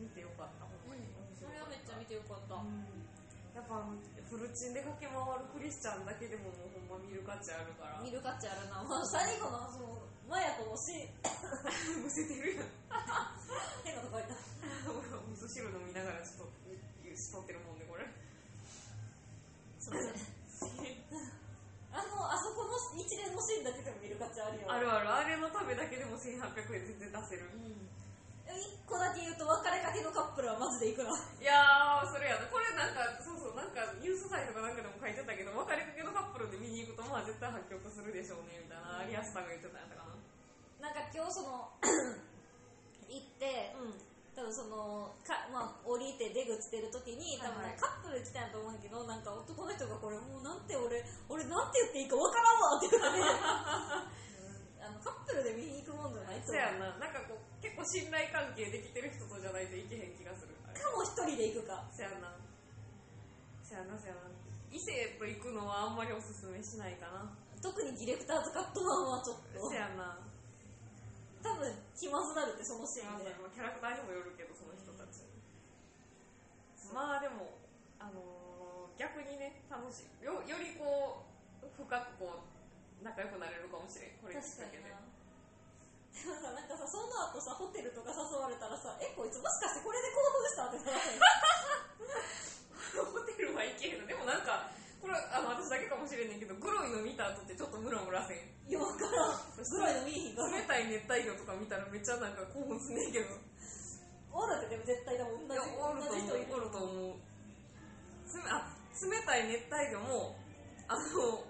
[SPEAKER 1] うん
[SPEAKER 2] 見てよかったほんまに
[SPEAKER 1] うんそれはめっちゃ見て
[SPEAKER 2] て
[SPEAKER 1] よかった、
[SPEAKER 2] やっぱあのフルチンで駆け回るクリスチャンだけでももうほんま見る価値あるから
[SPEAKER 1] 見る価値あるな、まあ、最後のそのマヤ子のシーン
[SPEAKER 2] むせてるやん [laughs]
[SPEAKER 1] 変なとこ入った
[SPEAKER 2] お味噌汁飲みながらちょっとしとってるもんねこれ
[SPEAKER 1] すいませんあのあそこの一連のシーンだけでも見る価値あるよ
[SPEAKER 2] あるあるあれのためだけでも1800円全然出せる
[SPEAKER 1] うん一個だけ言うと別れかけのカップルはマジでいくら
[SPEAKER 2] いやーそれやなこれなんかそうそうなんかニュースサイトかなんかでも書いてたけど別れかけのカップルで見に行くとまあ絶対発狂するでしょうねみたいな有安さんが言ってたんやったかな
[SPEAKER 1] [laughs] なんか今日そ [clears throat] の行って
[SPEAKER 2] うん
[SPEAKER 1] 多分そのか、まあ、降りて出口出るときに多分
[SPEAKER 2] はいはい
[SPEAKER 1] カップル来たんやと思うんやけどなんか男の人がこれもうなんて俺俺なんて言っていいかわからんわって言 [laughs] って、あのカップルで見に行くもんじゃないと
[SPEAKER 2] そうやんななんかこう結構信頼関係できてる人とじゃないといけへん気がするあれ
[SPEAKER 1] かも一人で行くか
[SPEAKER 2] そうやんなそうやんなそうやんな異性と行くのはあんまりおすすめしないかな
[SPEAKER 1] 特にディレクターズカット版はちょっと
[SPEAKER 2] そうやんな
[SPEAKER 1] 多分気まずなるってそのシ
[SPEAKER 2] ま
[SPEAKER 1] ーン
[SPEAKER 2] あ
[SPEAKER 1] で
[SPEAKER 2] まあキャラクターにもよるけどその人たちまあでもあのー逆にね楽しいよよりこう深くこう仲良くなれるかもしれんこれきっ
[SPEAKER 1] 確
[SPEAKER 2] か
[SPEAKER 1] か
[SPEAKER 2] け
[SPEAKER 1] に
[SPEAKER 2] で
[SPEAKER 1] なでもさなんかさその後さホテルとか誘われたらさえこいつもしかしてこれで興奮したってならへん
[SPEAKER 2] ホテルは行けへんのでもなんかこれあの私だけかもしれんねんけどグロいの見た後ってちょっとムラムラせん
[SPEAKER 1] いや分からんぐらいのいいから
[SPEAKER 2] 冷たい熱帯魚とか見たらめっちゃなんか興奮すんねんけど
[SPEAKER 1] おるってでも絶対でも同
[SPEAKER 2] い
[SPEAKER 1] じ
[SPEAKER 2] やおると
[SPEAKER 1] 同じ
[SPEAKER 2] 思
[SPEAKER 1] 人いう
[SPEAKER 2] おると思うつめあ冷たい熱帯魚もあの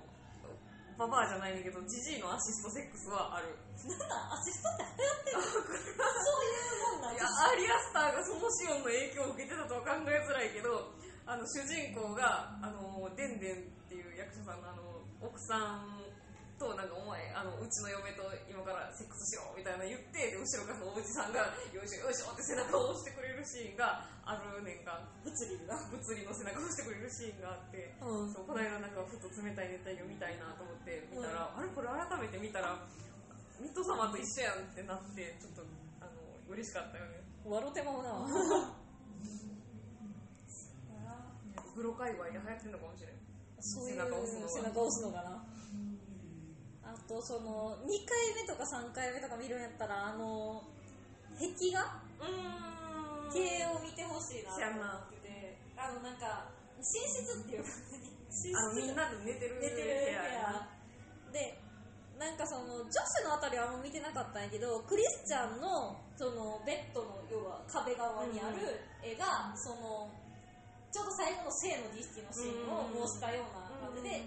[SPEAKER 2] ババアじゃないねんだけどジジイのアシストセックスはある
[SPEAKER 1] なんだアシストって流行ってるそういうもんなん
[SPEAKER 2] い
[SPEAKER 1] や
[SPEAKER 2] やアリアスターがそのシオンの影響を受けてたとは考えづらいけどあの主人公があのデンデンっていう役者さんのあの奥さんとなんかお前あのうちの嫁と今からセックスしようみたいな言ってで後ろからそのおじさんがよいしょよいしょって背中を押してくれるシーンがあるねんか
[SPEAKER 1] 物理が
[SPEAKER 2] 物理の背中を押してくれるシーンがあって
[SPEAKER 1] うん
[SPEAKER 2] そうこの間なんかふと冷たい熱帯魚見たいなと思って見たら、あれこれ改めて見たらミッド様と一緒やんってなってちょっとあの嬉しかったよね
[SPEAKER 1] 笑てまうな [laughs]
[SPEAKER 2] 風呂界隈で流行ってんのかもしれん
[SPEAKER 1] そういう
[SPEAKER 2] 背中押す
[SPEAKER 1] 背中押すの
[SPEAKER 2] のが
[SPEAKER 1] かなあとその2回目とか3回目とか見るんやったらあの壁画
[SPEAKER 2] うーん
[SPEAKER 1] 系を見てほしいな
[SPEAKER 2] せや
[SPEAKER 1] と思
[SPEAKER 2] な
[SPEAKER 1] っててあのなんか寝室っていうか寝室
[SPEAKER 2] あのみんなで寝てる
[SPEAKER 1] 寝てる部
[SPEAKER 2] や
[SPEAKER 1] 屋でなんかその女子のあたりはあんま見てなかったんやけどクリスチャンのそのベッドの要は壁側にある絵が、そのちょうど最後の生のディスティのシーンを模したような感じで、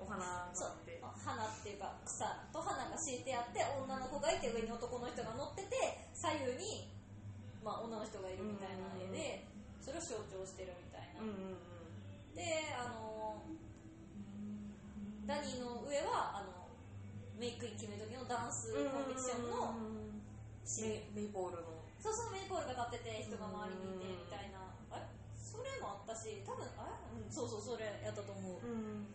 [SPEAKER 2] お花があ
[SPEAKER 1] そう
[SPEAKER 2] って
[SPEAKER 1] 花っていうか草と花が敷いてあって女の子がいて上に男の人が乗ってて左右に、まあ、女の人がいるみたいな絵でそれを象徴してるみたいな、
[SPEAKER 2] うんうんうん
[SPEAKER 1] であのダニーの上はあのメイクイン決める時のダンスコンペティションのシーン
[SPEAKER 2] メイボールの
[SPEAKER 1] そうそうメイクインが立ってて人が周りにいてみたいなあれそれもあったし多分あれ、うん、そうそうそれやったと思う
[SPEAKER 2] うん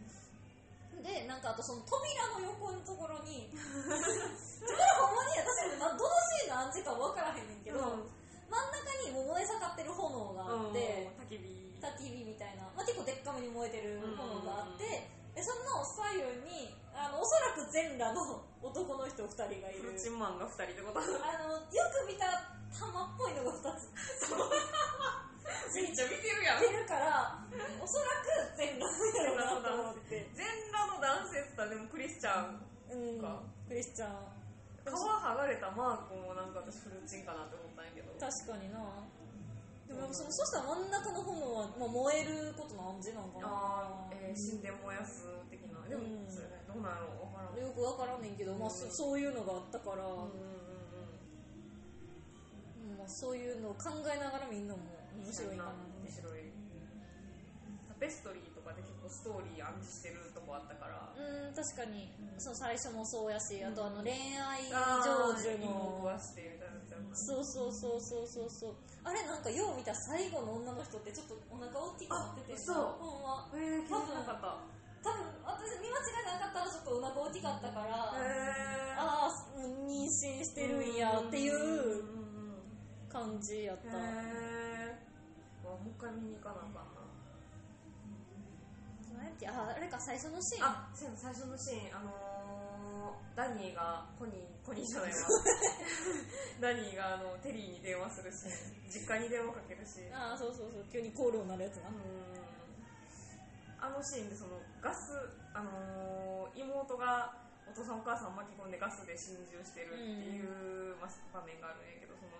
[SPEAKER 1] でなんかあとその扉の横のところにそれほんまに私もなどのシーンの暗示か分からへんねんけど、
[SPEAKER 2] うん
[SPEAKER 1] 真ん中にもう燃え盛ってる炎があって、
[SPEAKER 2] 焚き火
[SPEAKER 1] 焚き火みたいな、まあ、結構でっかめに燃えてる炎があって、でその左右にあのおそらく全裸の [laughs] 男の人2人がい
[SPEAKER 2] プ
[SPEAKER 1] る
[SPEAKER 2] ルチンマンが2人ってこと
[SPEAKER 1] あのよく見たら玉っぽいのが2つ
[SPEAKER 2] [laughs] めっちゃ見てる [laughs] やん
[SPEAKER 1] 出るからおそらく全裸なんやろうなと思って、
[SPEAKER 2] 全裸の男性っつったらでもクリスチャン
[SPEAKER 1] うん
[SPEAKER 2] なんか、
[SPEAKER 1] クリスチャン
[SPEAKER 2] 皮剥がれたマークもなんか私フルチンかなって思ったんやけど
[SPEAKER 1] 確かになでもそのそしたら真ん中の炎は、まあ、燃えることの暗示なんかな
[SPEAKER 2] ああ、えー、死んで燃やす的なでも
[SPEAKER 1] うん
[SPEAKER 2] それねどうなんやろう分からんうんうん
[SPEAKER 1] よくわからんねんけど、まあ、そそういうのがあったから、
[SPEAKER 2] うん
[SPEAKER 1] うんまあ、そういうのを考えながらみんなも面白いなっ
[SPEAKER 2] 面
[SPEAKER 1] て
[SPEAKER 2] 白いタペストリーとかで結構ストーリー暗示してるとこあったから
[SPEAKER 1] うん確かにその最初もそうやしあとあの恋愛
[SPEAKER 2] あー
[SPEAKER 1] 成就
[SPEAKER 2] 芋を
[SPEAKER 1] の
[SPEAKER 2] 壊してみたいなやつやった
[SPEAKER 1] そうそうそうそうそうそうあれなんかよう見た最後の女の人ってちょっとお腹大きくなってて
[SPEAKER 2] あそう
[SPEAKER 1] ほんま
[SPEAKER 2] えー、気づかなかった
[SPEAKER 1] 多分私見間違いなかったらちょっとお腹大きかったから、
[SPEAKER 2] えー、
[SPEAKER 1] ああ妊娠してるんやってい
[SPEAKER 2] ん
[SPEAKER 1] うん
[SPEAKER 2] うん
[SPEAKER 1] 感じやっ
[SPEAKER 2] へ
[SPEAKER 1] た、
[SPEAKER 2] えもう一回見に行かなあかんな
[SPEAKER 1] なんやっけああれか最初のシーン
[SPEAKER 2] あそうや最初のシーンあのー、ダニーがコニーコニーじゃ
[SPEAKER 1] [laughs]
[SPEAKER 2] ないわダニーがあのテリーに電話するシーン実家に電話かけるシーン
[SPEAKER 1] ああそうそうそう急に口論になるやつな
[SPEAKER 2] うーんあのシーンでそのガスあのー、妹がお父さんお母さんを巻き込んでガスで心中してるっていう、まあ場面があるんやけどその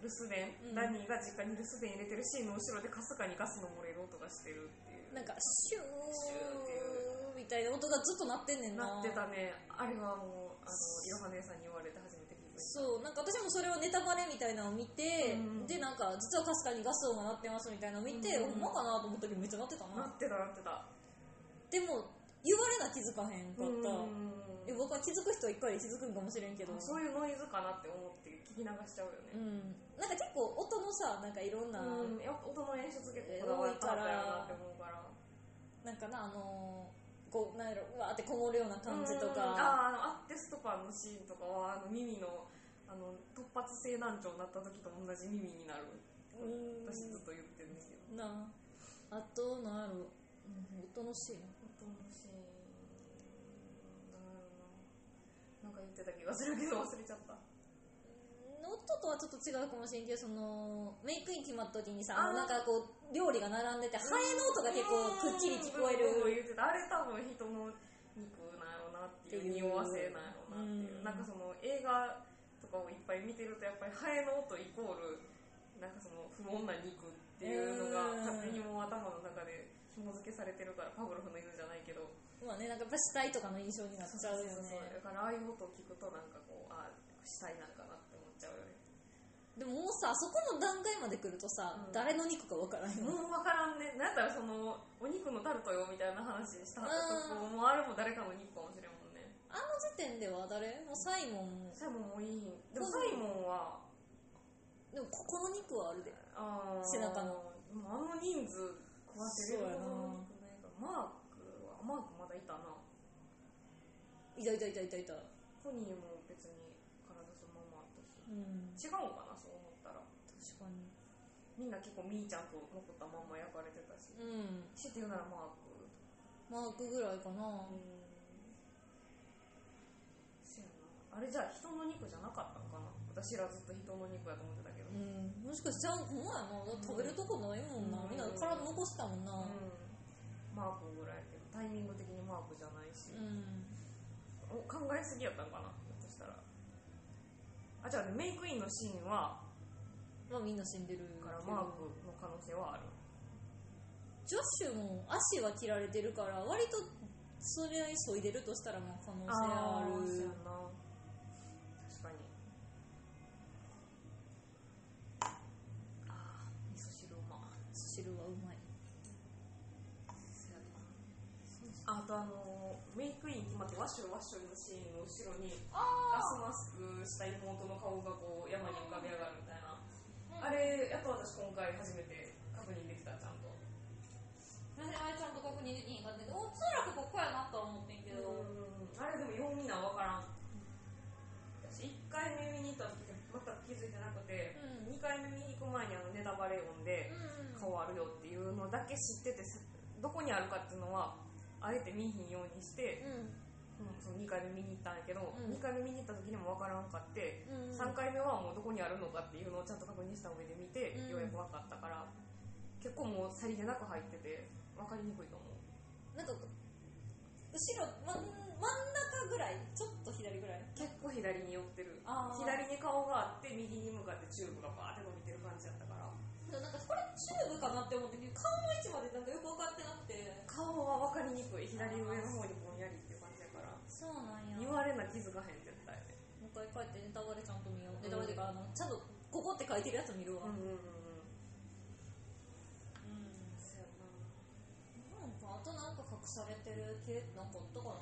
[SPEAKER 2] 留守電、
[SPEAKER 1] うん
[SPEAKER 2] ダニーが実家に留守電入れてるシーンの後ろでかすかにガスの漏れる音がしてるっていう
[SPEAKER 1] なんかシュ
[SPEAKER 2] シューっ
[SPEAKER 1] ーみ
[SPEAKER 2] て
[SPEAKER 1] たいな音がずっと鳴ってんねんな
[SPEAKER 2] なってたねあれはもうあのいろは姉さんに言われて初めて気づいた
[SPEAKER 1] そうなんか私もそれをネタバレみたいなのを見て、
[SPEAKER 2] うん
[SPEAKER 1] でなんか実はかすかにガス音が鳴ってますみたいなのを見て、
[SPEAKER 2] うん
[SPEAKER 1] ほんまかなと思ったけどめっちゃ鳴ってたな、
[SPEAKER 2] なってたなってた
[SPEAKER 1] でも言われな気づかへんかった、
[SPEAKER 2] うん
[SPEAKER 1] え僕は気づく人は一回で気づくんかもしれんけど
[SPEAKER 2] そういうノイズかなって思って聞き流しちゃうよ
[SPEAKER 1] う
[SPEAKER 2] ね、
[SPEAKER 1] ん、なんか結構音のさなんかいろんな、
[SPEAKER 2] うん、やっぱ音の演出結構こだわったんだよなって思うから
[SPEAKER 1] なんかなあのーこうなんやろうわーってこもるような感じと
[SPEAKER 2] うん
[SPEAKER 1] か、
[SPEAKER 2] ああのアッテストパンのシーンとかはあの耳のあの突発性難聴になった時と同じ耳になる
[SPEAKER 1] うーん
[SPEAKER 2] 私ずっと言ってるんですけど
[SPEAKER 1] なああとなんやろううん音のシーン
[SPEAKER 2] 音のシーンなんか言ってた気がするけど忘れちゃった
[SPEAKER 1] 音とはちょっと違うかもしれんけどそのメイクイン決まった時にさ
[SPEAKER 2] あー
[SPEAKER 1] あのなんかこう料理が並んでてハエの音が結構くっきり聞こえ
[SPEAKER 2] うん
[SPEAKER 1] る
[SPEAKER 2] 言ってたあれ多分人の肉なんやろなっていう匂わせなんやろなってい
[SPEAKER 1] うん
[SPEAKER 2] うなんかその映画とかをいっぱい見てるとやっぱりハエの音イコールなんかその不穏な肉ってい
[SPEAKER 1] う
[SPEAKER 2] うの
[SPEAKER 1] ん
[SPEAKER 2] が勝手にもう頭の中で紐付けされてるからパブロフの犬じゃないけど
[SPEAKER 1] まあねなんかやっぱ死体とかの印象になっちゃうよね
[SPEAKER 2] だからああいう音を聞くとなんかこうああ死体なんかなって思っちゃうよね
[SPEAKER 1] でももうさそこの段階まで来るとさ、
[SPEAKER 2] うん
[SPEAKER 1] 誰の肉かわからんよ
[SPEAKER 2] もう分からんねなんやったらそのお肉のタルトよみたいな話したとこもあれも誰かの肉かもしれんもんね
[SPEAKER 1] あの時点では誰もうサイモン
[SPEAKER 2] サイモンもいいでもサイモンは
[SPEAKER 1] でもここの肉はあるで
[SPEAKER 2] あー
[SPEAKER 1] 背中の
[SPEAKER 2] でもあの人数食わせる
[SPEAKER 1] そうやな
[SPEAKER 2] ほどの肉ないからマークはマークまだいたない
[SPEAKER 1] たいたいたいたいた
[SPEAKER 2] コニーも別に体そのままあったし
[SPEAKER 1] うん
[SPEAKER 2] 違うのかなそう思ったら
[SPEAKER 1] 確かに
[SPEAKER 2] みんな結構みーちゃんと残ったまんま焼かれてたし
[SPEAKER 1] うん
[SPEAKER 2] 強いて言うならマークと
[SPEAKER 1] マ
[SPEAKER 2] か
[SPEAKER 1] ークぐらいかな
[SPEAKER 2] うんそやなあれじゃあ人の肉じゃなかったのかな私らずっと人の肉やと思ってたけど
[SPEAKER 1] うんもしかしちゃうほんまやなだって食べるとこないもんな、
[SPEAKER 2] うん
[SPEAKER 1] みんな体残したもんな
[SPEAKER 2] うんマークぐらいやけどタイミング的にマークじゃないし、
[SPEAKER 1] うん
[SPEAKER 2] あお考えすぎやったんかなひょっとしたらあじゃあねメイクインのシーンは
[SPEAKER 1] まあみんな死んでる
[SPEAKER 2] だからマークの可能性はある
[SPEAKER 1] ジョッシュも足は切られてるから割とそれにそいでるとしたらまあ可能性あ
[SPEAKER 2] ーそうや
[SPEAKER 1] る
[SPEAKER 2] な確かにああ味噌汁うま
[SPEAKER 1] 汁はうまい
[SPEAKER 2] そうやなあとあのーメイクイン決まってワッショイワッショイのシーンの後ろにガスマスクした妹の顔がこう山に浮かび上がるみたいなあれやっと私今回初めて確認できたちゃんと
[SPEAKER 1] なぜあれちゃんと確認できんかっておそらくここやなとは思ってんけど、
[SPEAKER 2] あれでもようみんな分からん私1回目見に行った時全く気づいてなくて、
[SPEAKER 1] う
[SPEAKER 2] 2回目見に行く前にあのネタバレ音で顔あるよっていうのだけ知っててさどこにあるかっていうのはあえて見ひんようにして、うんその2回目見に行ったんやけど、
[SPEAKER 1] うん
[SPEAKER 2] 2回目見に行った時にも分からんかって、
[SPEAKER 1] うんうん
[SPEAKER 2] 3回目はもうどこにあるのかっていうのをちゃんと確認した上で見て、
[SPEAKER 1] うん
[SPEAKER 2] ようやく分かったから結構もうさりげなく入ってて分かりにくいと思う
[SPEAKER 1] なんか後ろ真ん真ん中ぐらいちょっと左ぐらい
[SPEAKER 2] 結構左に寄ってる
[SPEAKER 1] あー
[SPEAKER 2] 左に顔があって右に向かってチューブがバーって伸びてる感じだったから
[SPEAKER 1] なんかこれチューブかなって思ったけど顔の位置までなんかよく分かってなくて
[SPEAKER 2] 顔は分かりにくい左上の方にぼんやりっていう感じだから
[SPEAKER 1] そうなんや
[SPEAKER 2] 言われな気づかへん絶対
[SPEAKER 1] もう一回帰ってネタバレちゃんと見よう
[SPEAKER 2] うん
[SPEAKER 1] ネタバレっていうかあのちゃんとここって書いてるやつ見るわ
[SPEAKER 2] うんうん
[SPEAKER 1] うんな
[SPEAKER 2] うん
[SPEAKER 1] んかあとなんか隠されてる系なんかあったかな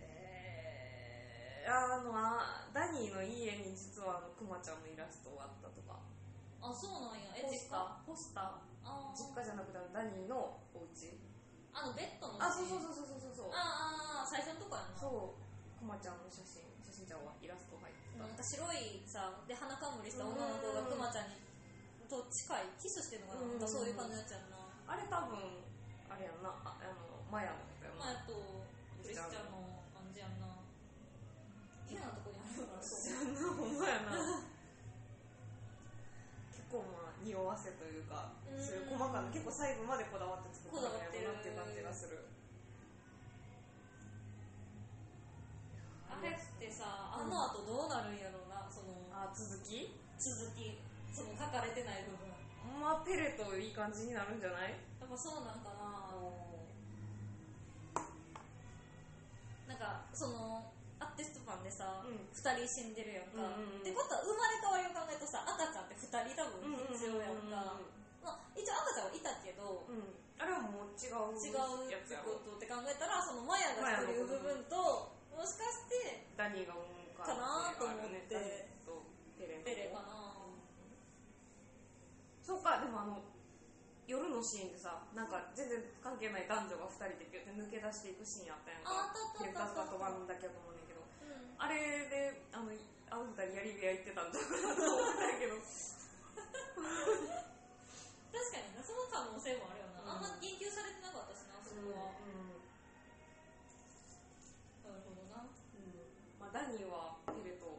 [SPEAKER 2] えーあのあダニーの家に実はあのクマちゃんのイラストがあったとか
[SPEAKER 1] あそうなんやえ
[SPEAKER 2] ポ
[SPEAKER 1] 実家
[SPEAKER 2] スターポスター
[SPEAKER 1] あー
[SPEAKER 2] 実家じゃなくてあのダニーのお家
[SPEAKER 1] あのベッドの
[SPEAKER 2] あそうそう
[SPEAKER 1] う
[SPEAKER 2] そうそうそうそう
[SPEAKER 1] あーあー最初のとこやな
[SPEAKER 2] そうクマちゃんの写真写真ちゃんはイラスト入ってた
[SPEAKER 1] なんか白いさで鼻かむりした女の子が
[SPEAKER 2] う
[SPEAKER 1] ク
[SPEAKER 2] ん
[SPEAKER 1] マちゃんにと近いキスしてるのかな
[SPEAKER 2] う
[SPEAKER 1] な
[SPEAKER 2] ん
[SPEAKER 1] んかそういう感じになっちゃうな
[SPEAKER 2] あれ多分あれやんなああのマヤのことやん
[SPEAKER 1] まああと
[SPEAKER 2] な
[SPEAKER 1] クリスチャンの感じやんな変なとこにあるからそう
[SPEAKER 2] そんなほんまやな結構まあ匂わせというか
[SPEAKER 1] うん
[SPEAKER 2] そういう細かな結構細部までこだわって作ったんやろうなっていう
[SPEAKER 1] こだわ
[SPEAKER 2] 感
[SPEAKER 1] って
[SPEAKER 2] じ
[SPEAKER 1] る
[SPEAKER 2] がする
[SPEAKER 1] あれってさあの後どうなるんやろうなその
[SPEAKER 2] あ続き
[SPEAKER 1] 続きその書かれてない部分
[SPEAKER 2] まあペレといい感じになるんじゃない
[SPEAKER 1] やっぱそうなんかななんかそのアーティスト版でさ、
[SPEAKER 2] うん
[SPEAKER 1] 二2人死んでるやんか、
[SPEAKER 2] うん
[SPEAKER 1] って
[SPEAKER 2] うんうん
[SPEAKER 1] ことは生まれ変わりを考えるとさ赤ちゃんって2人多分必要やんか、まあ、一応赤ちゃんはいたけど、
[SPEAKER 2] うんあれはもう違う
[SPEAKER 1] 違う
[SPEAKER 2] や
[SPEAKER 1] っ
[SPEAKER 2] つ
[SPEAKER 1] て
[SPEAKER 2] や
[SPEAKER 1] こ
[SPEAKER 2] ろ
[SPEAKER 1] とって考えたらそのマヤが一人産む部分ともしかして
[SPEAKER 2] ダニーが思うから
[SPEAKER 1] かなと思って
[SPEAKER 2] ダニーとペレの
[SPEAKER 1] ベレかな
[SPEAKER 2] そうかでもあの夜のシーンでさなんか全然関係ない男女が2人でピュって抜け出していくシーンあったやん
[SPEAKER 1] ああ
[SPEAKER 2] か
[SPEAKER 1] ったあ
[SPEAKER 2] レ
[SPEAKER 1] っ
[SPEAKER 2] ッ
[SPEAKER 1] たあ
[SPEAKER 2] ダ
[SPEAKER 1] っ
[SPEAKER 2] ス
[SPEAKER 1] たあっ
[SPEAKER 2] カ
[SPEAKER 1] た
[SPEAKER 2] とバンだけやと思うねんだけど
[SPEAKER 1] うん
[SPEAKER 2] あれであのあの2人やり部屋行ってたんだろうなと思ったんやけど
[SPEAKER 1] 確かになその可能性もあるよな、
[SPEAKER 2] うん
[SPEAKER 1] あんま言及されてなかったしなそこは、なるほどな
[SPEAKER 2] まあ、ダニーはペレとど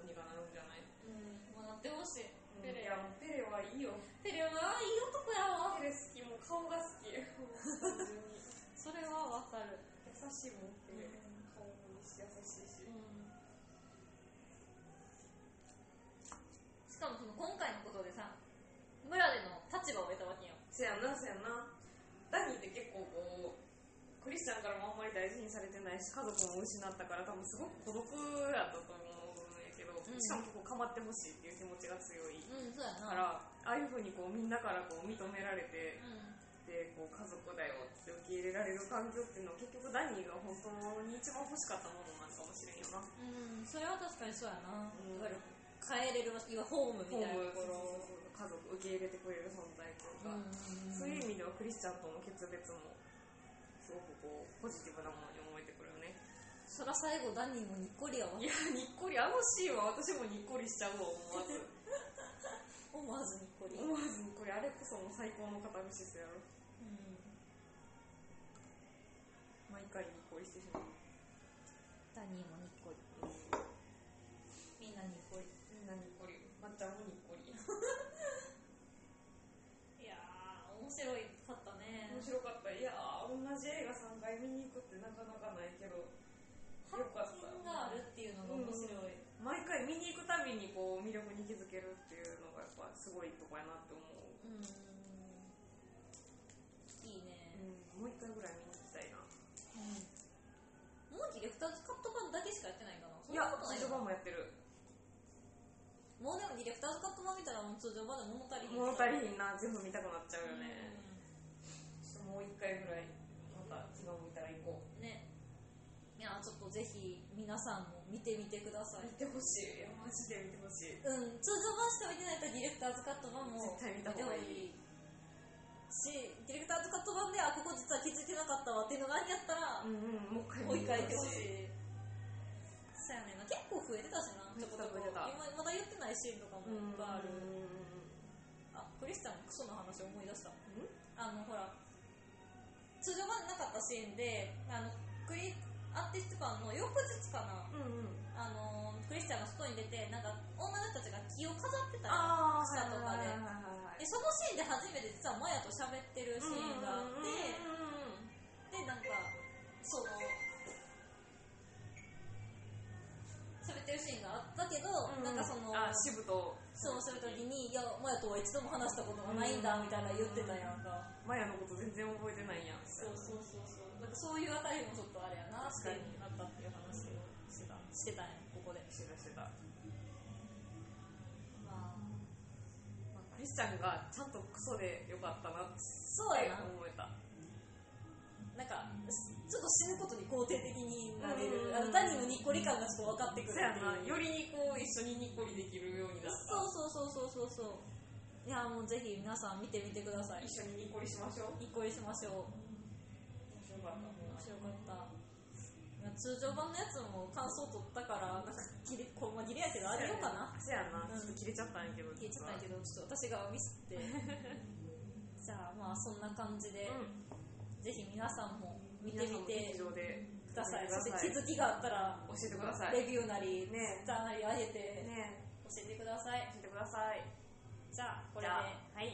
[SPEAKER 2] うにかなるんじゃない、
[SPEAKER 1] うんまあなってほしい、ベ
[SPEAKER 2] い
[SPEAKER 1] レ
[SPEAKER 2] やもうペレはいいよ
[SPEAKER 1] ペレはいい男やわ
[SPEAKER 2] ペレ好きもう顔が好き単純に
[SPEAKER 1] それはわかる
[SPEAKER 2] 優しいもんペレ顔もいいし優しいし
[SPEAKER 1] しかもその今回のことでさ村での立場を得たわけよ
[SPEAKER 2] せやなせやなダニーって結構こうクリスチャンからもあんまり大事にされてないし家族も失ったから多分すごく孤独やったと思うんやけど、
[SPEAKER 1] ん
[SPEAKER 2] しかも結構構ってほしいっていう気持ちが強い
[SPEAKER 1] うんそうや
[SPEAKER 2] だからああいうふうにこうみんなからこう認められて
[SPEAKER 1] う
[SPEAKER 2] でこう家族だよって受け入れられる環境っていうのは結局ダニーが本当に一番欲しかったものなんかもしれんよな。
[SPEAKER 1] ん、うん、それは確かにそうやな、
[SPEAKER 2] うん
[SPEAKER 1] いわゆる帰れるいわゆるホームみ
[SPEAKER 2] ホ
[SPEAKER 1] たいな
[SPEAKER 2] ーム
[SPEAKER 1] ところ
[SPEAKER 2] そうそうそう家族受け入れてくれる存在というか、
[SPEAKER 1] うん
[SPEAKER 2] そういう意味ではクリスチャンとの決別もすごくこうポジティブなものに思えてくるよね [laughs]
[SPEAKER 1] そら最後ダニーもにっこりやわ
[SPEAKER 2] いやにっこりあのシーンは私もにっこりしちゃうわ思わず
[SPEAKER 1] 思わずにっこり
[SPEAKER 2] 思わずにっこりあれこそもう最高の片見シスやろ
[SPEAKER 1] ダ
[SPEAKER 2] 毎回にっこりしてしまう
[SPEAKER 1] ニーもにっこりみんなにっこり
[SPEAKER 2] みんなにっこりまっちゃんもにっこり [laughs]
[SPEAKER 1] い
[SPEAKER 2] 面
[SPEAKER 1] やー面白いかったね
[SPEAKER 2] 白かったいやー同じ映画3回見に行くってなかなかないけどよかっ人にこう魅力に気づけるっていうのがやっぱすごいとこやなって思
[SPEAKER 1] う
[SPEAKER 2] う、
[SPEAKER 1] んいいね
[SPEAKER 2] うん、もう一回ぐらい見に行きたいな
[SPEAKER 1] モンキーで2つカット版だけしかやってないかなそん
[SPEAKER 2] い
[SPEAKER 1] な
[SPEAKER 2] や
[SPEAKER 1] ことない
[SPEAKER 2] 通
[SPEAKER 1] よ
[SPEAKER 2] 常版もやってる
[SPEAKER 1] もうでもディレクターズカット版見たらもう通常版で物足りひん
[SPEAKER 2] 物足り
[SPEAKER 1] ひん
[SPEAKER 2] ひんな全部見たくなっちゃうよね、
[SPEAKER 1] ね
[SPEAKER 2] ちょっともう一回ぐらいまた違うの見たら行こう
[SPEAKER 1] いやちょっとぜひ皆さんも見てみてください
[SPEAKER 2] 見てほしいいやマジで見てほしい
[SPEAKER 1] うん、通常版しか見てないとディレクターズカット版も
[SPEAKER 2] 絶対見た方がい
[SPEAKER 1] 見
[SPEAKER 2] い
[SPEAKER 1] た方がいいしディレクターズカット版であここ実は気づいてなかったわっていうのがありやったら、
[SPEAKER 2] うんうんもう一回
[SPEAKER 1] もう一回いてほ
[SPEAKER 2] い
[SPEAKER 1] しいそうやねんな結構増えてたしなちょこちょこ
[SPEAKER 2] 増えてた
[SPEAKER 1] 今まだ言ってないシーンとかもいっぱいある、
[SPEAKER 2] うん
[SPEAKER 1] あクリスチャンのクソの話思い出したあのほら通常版になかったシーンであのクリアーティスト版の翌日かな
[SPEAKER 2] うんうんうん
[SPEAKER 1] あのクリスチャンが外に出てなんか女の人たちが木を飾ってたら
[SPEAKER 2] ああ
[SPEAKER 1] 草とかで
[SPEAKER 2] はい
[SPEAKER 1] で
[SPEAKER 2] はいはいはい
[SPEAKER 1] そのシーンで初めて実はマヤと喋ってるシーンがあって、でなんかその喋ってるシーンがあったけど、なんかその
[SPEAKER 2] あ支部と
[SPEAKER 1] そうする時に「いやマヤとは一度も話したことがないんだ」みたいな言ってたやんか、
[SPEAKER 2] マヤのこと全然覚えてないやん
[SPEAKER 1] そうそうそうそうなんかそういうあたりもちょっとあれやなっていう風になったっていう話をしてたしてたんやここで
[SPEAKER 2] してたしてた
[SPEAKER 1] まあ
[SPEAKER 2] まあクリスチャンがちゃんとクソでよかったなって
[SPEAKER 1] そうやな
[SPEAKER 2] 思えた
[SPEAKER 1] なんかちょっと死ぬことに肯定的になれ
[SPEAKER 2] うん
[SPEAKER 1] るあのダニのにっこり感がちょっと分かってくるっ
[SPEAKER 2] そ
[SPEAKER 1] て
[SPEAKER 2] や
[SPEAKER 1] いう
[SPEAKER 2] なよりにこう一緒ににっこりできるようになった
[SPEAKER 1] そうそうそうそうそうそういやもうぜひ皆さん見てみてください
[SPEAKER 2] 一緒ににっこりしましょう
[SPEAKER 1] 一個にしましょう
[SPEAKER 2] 面白かった
[SPEAKER 1] 面白かったいや通常版のやつも感想取ったからなんかギリこまギリやけどあげようかな
[SPEAKER 2] そやな
[SPEAKER 1] うん
[SPEAKER 2] ちょっと切れちゃったんやけど
[SPEAKER 1] 消えちゃったん
[SPEAKER 2] 実は
[SPEAKER 1] やけどちょっと私がミスってじゃあまあそんな感じで、
[SPEAKER 2] うん
[SPEAKER 1] ぜひ皆さんも見て
[SPEAKER 2] 皆さ
[SPEAKER 1] み
[SPEAKER 2] んも
[SPEAKER 1] て
[SPEAKER 2] 劇場で
[SPEAKER 1] ください
[SPEAKER 2] 見て
[SPEAKER 1] そして気づきがあったら
[SPEAKER 2] 教えてください
[SPEAKER 1] レビューなりツ
[SPEAKER 2] ね
[SPEAKER 1] イッターなり上げて
[SPEAKER 2] ね
[SPEAKER 1] 教えてください
[SPEAKER 2] 教えてください
[SPEAKER 1] じゃあこれで
[SPEAKER 2] じゃあはい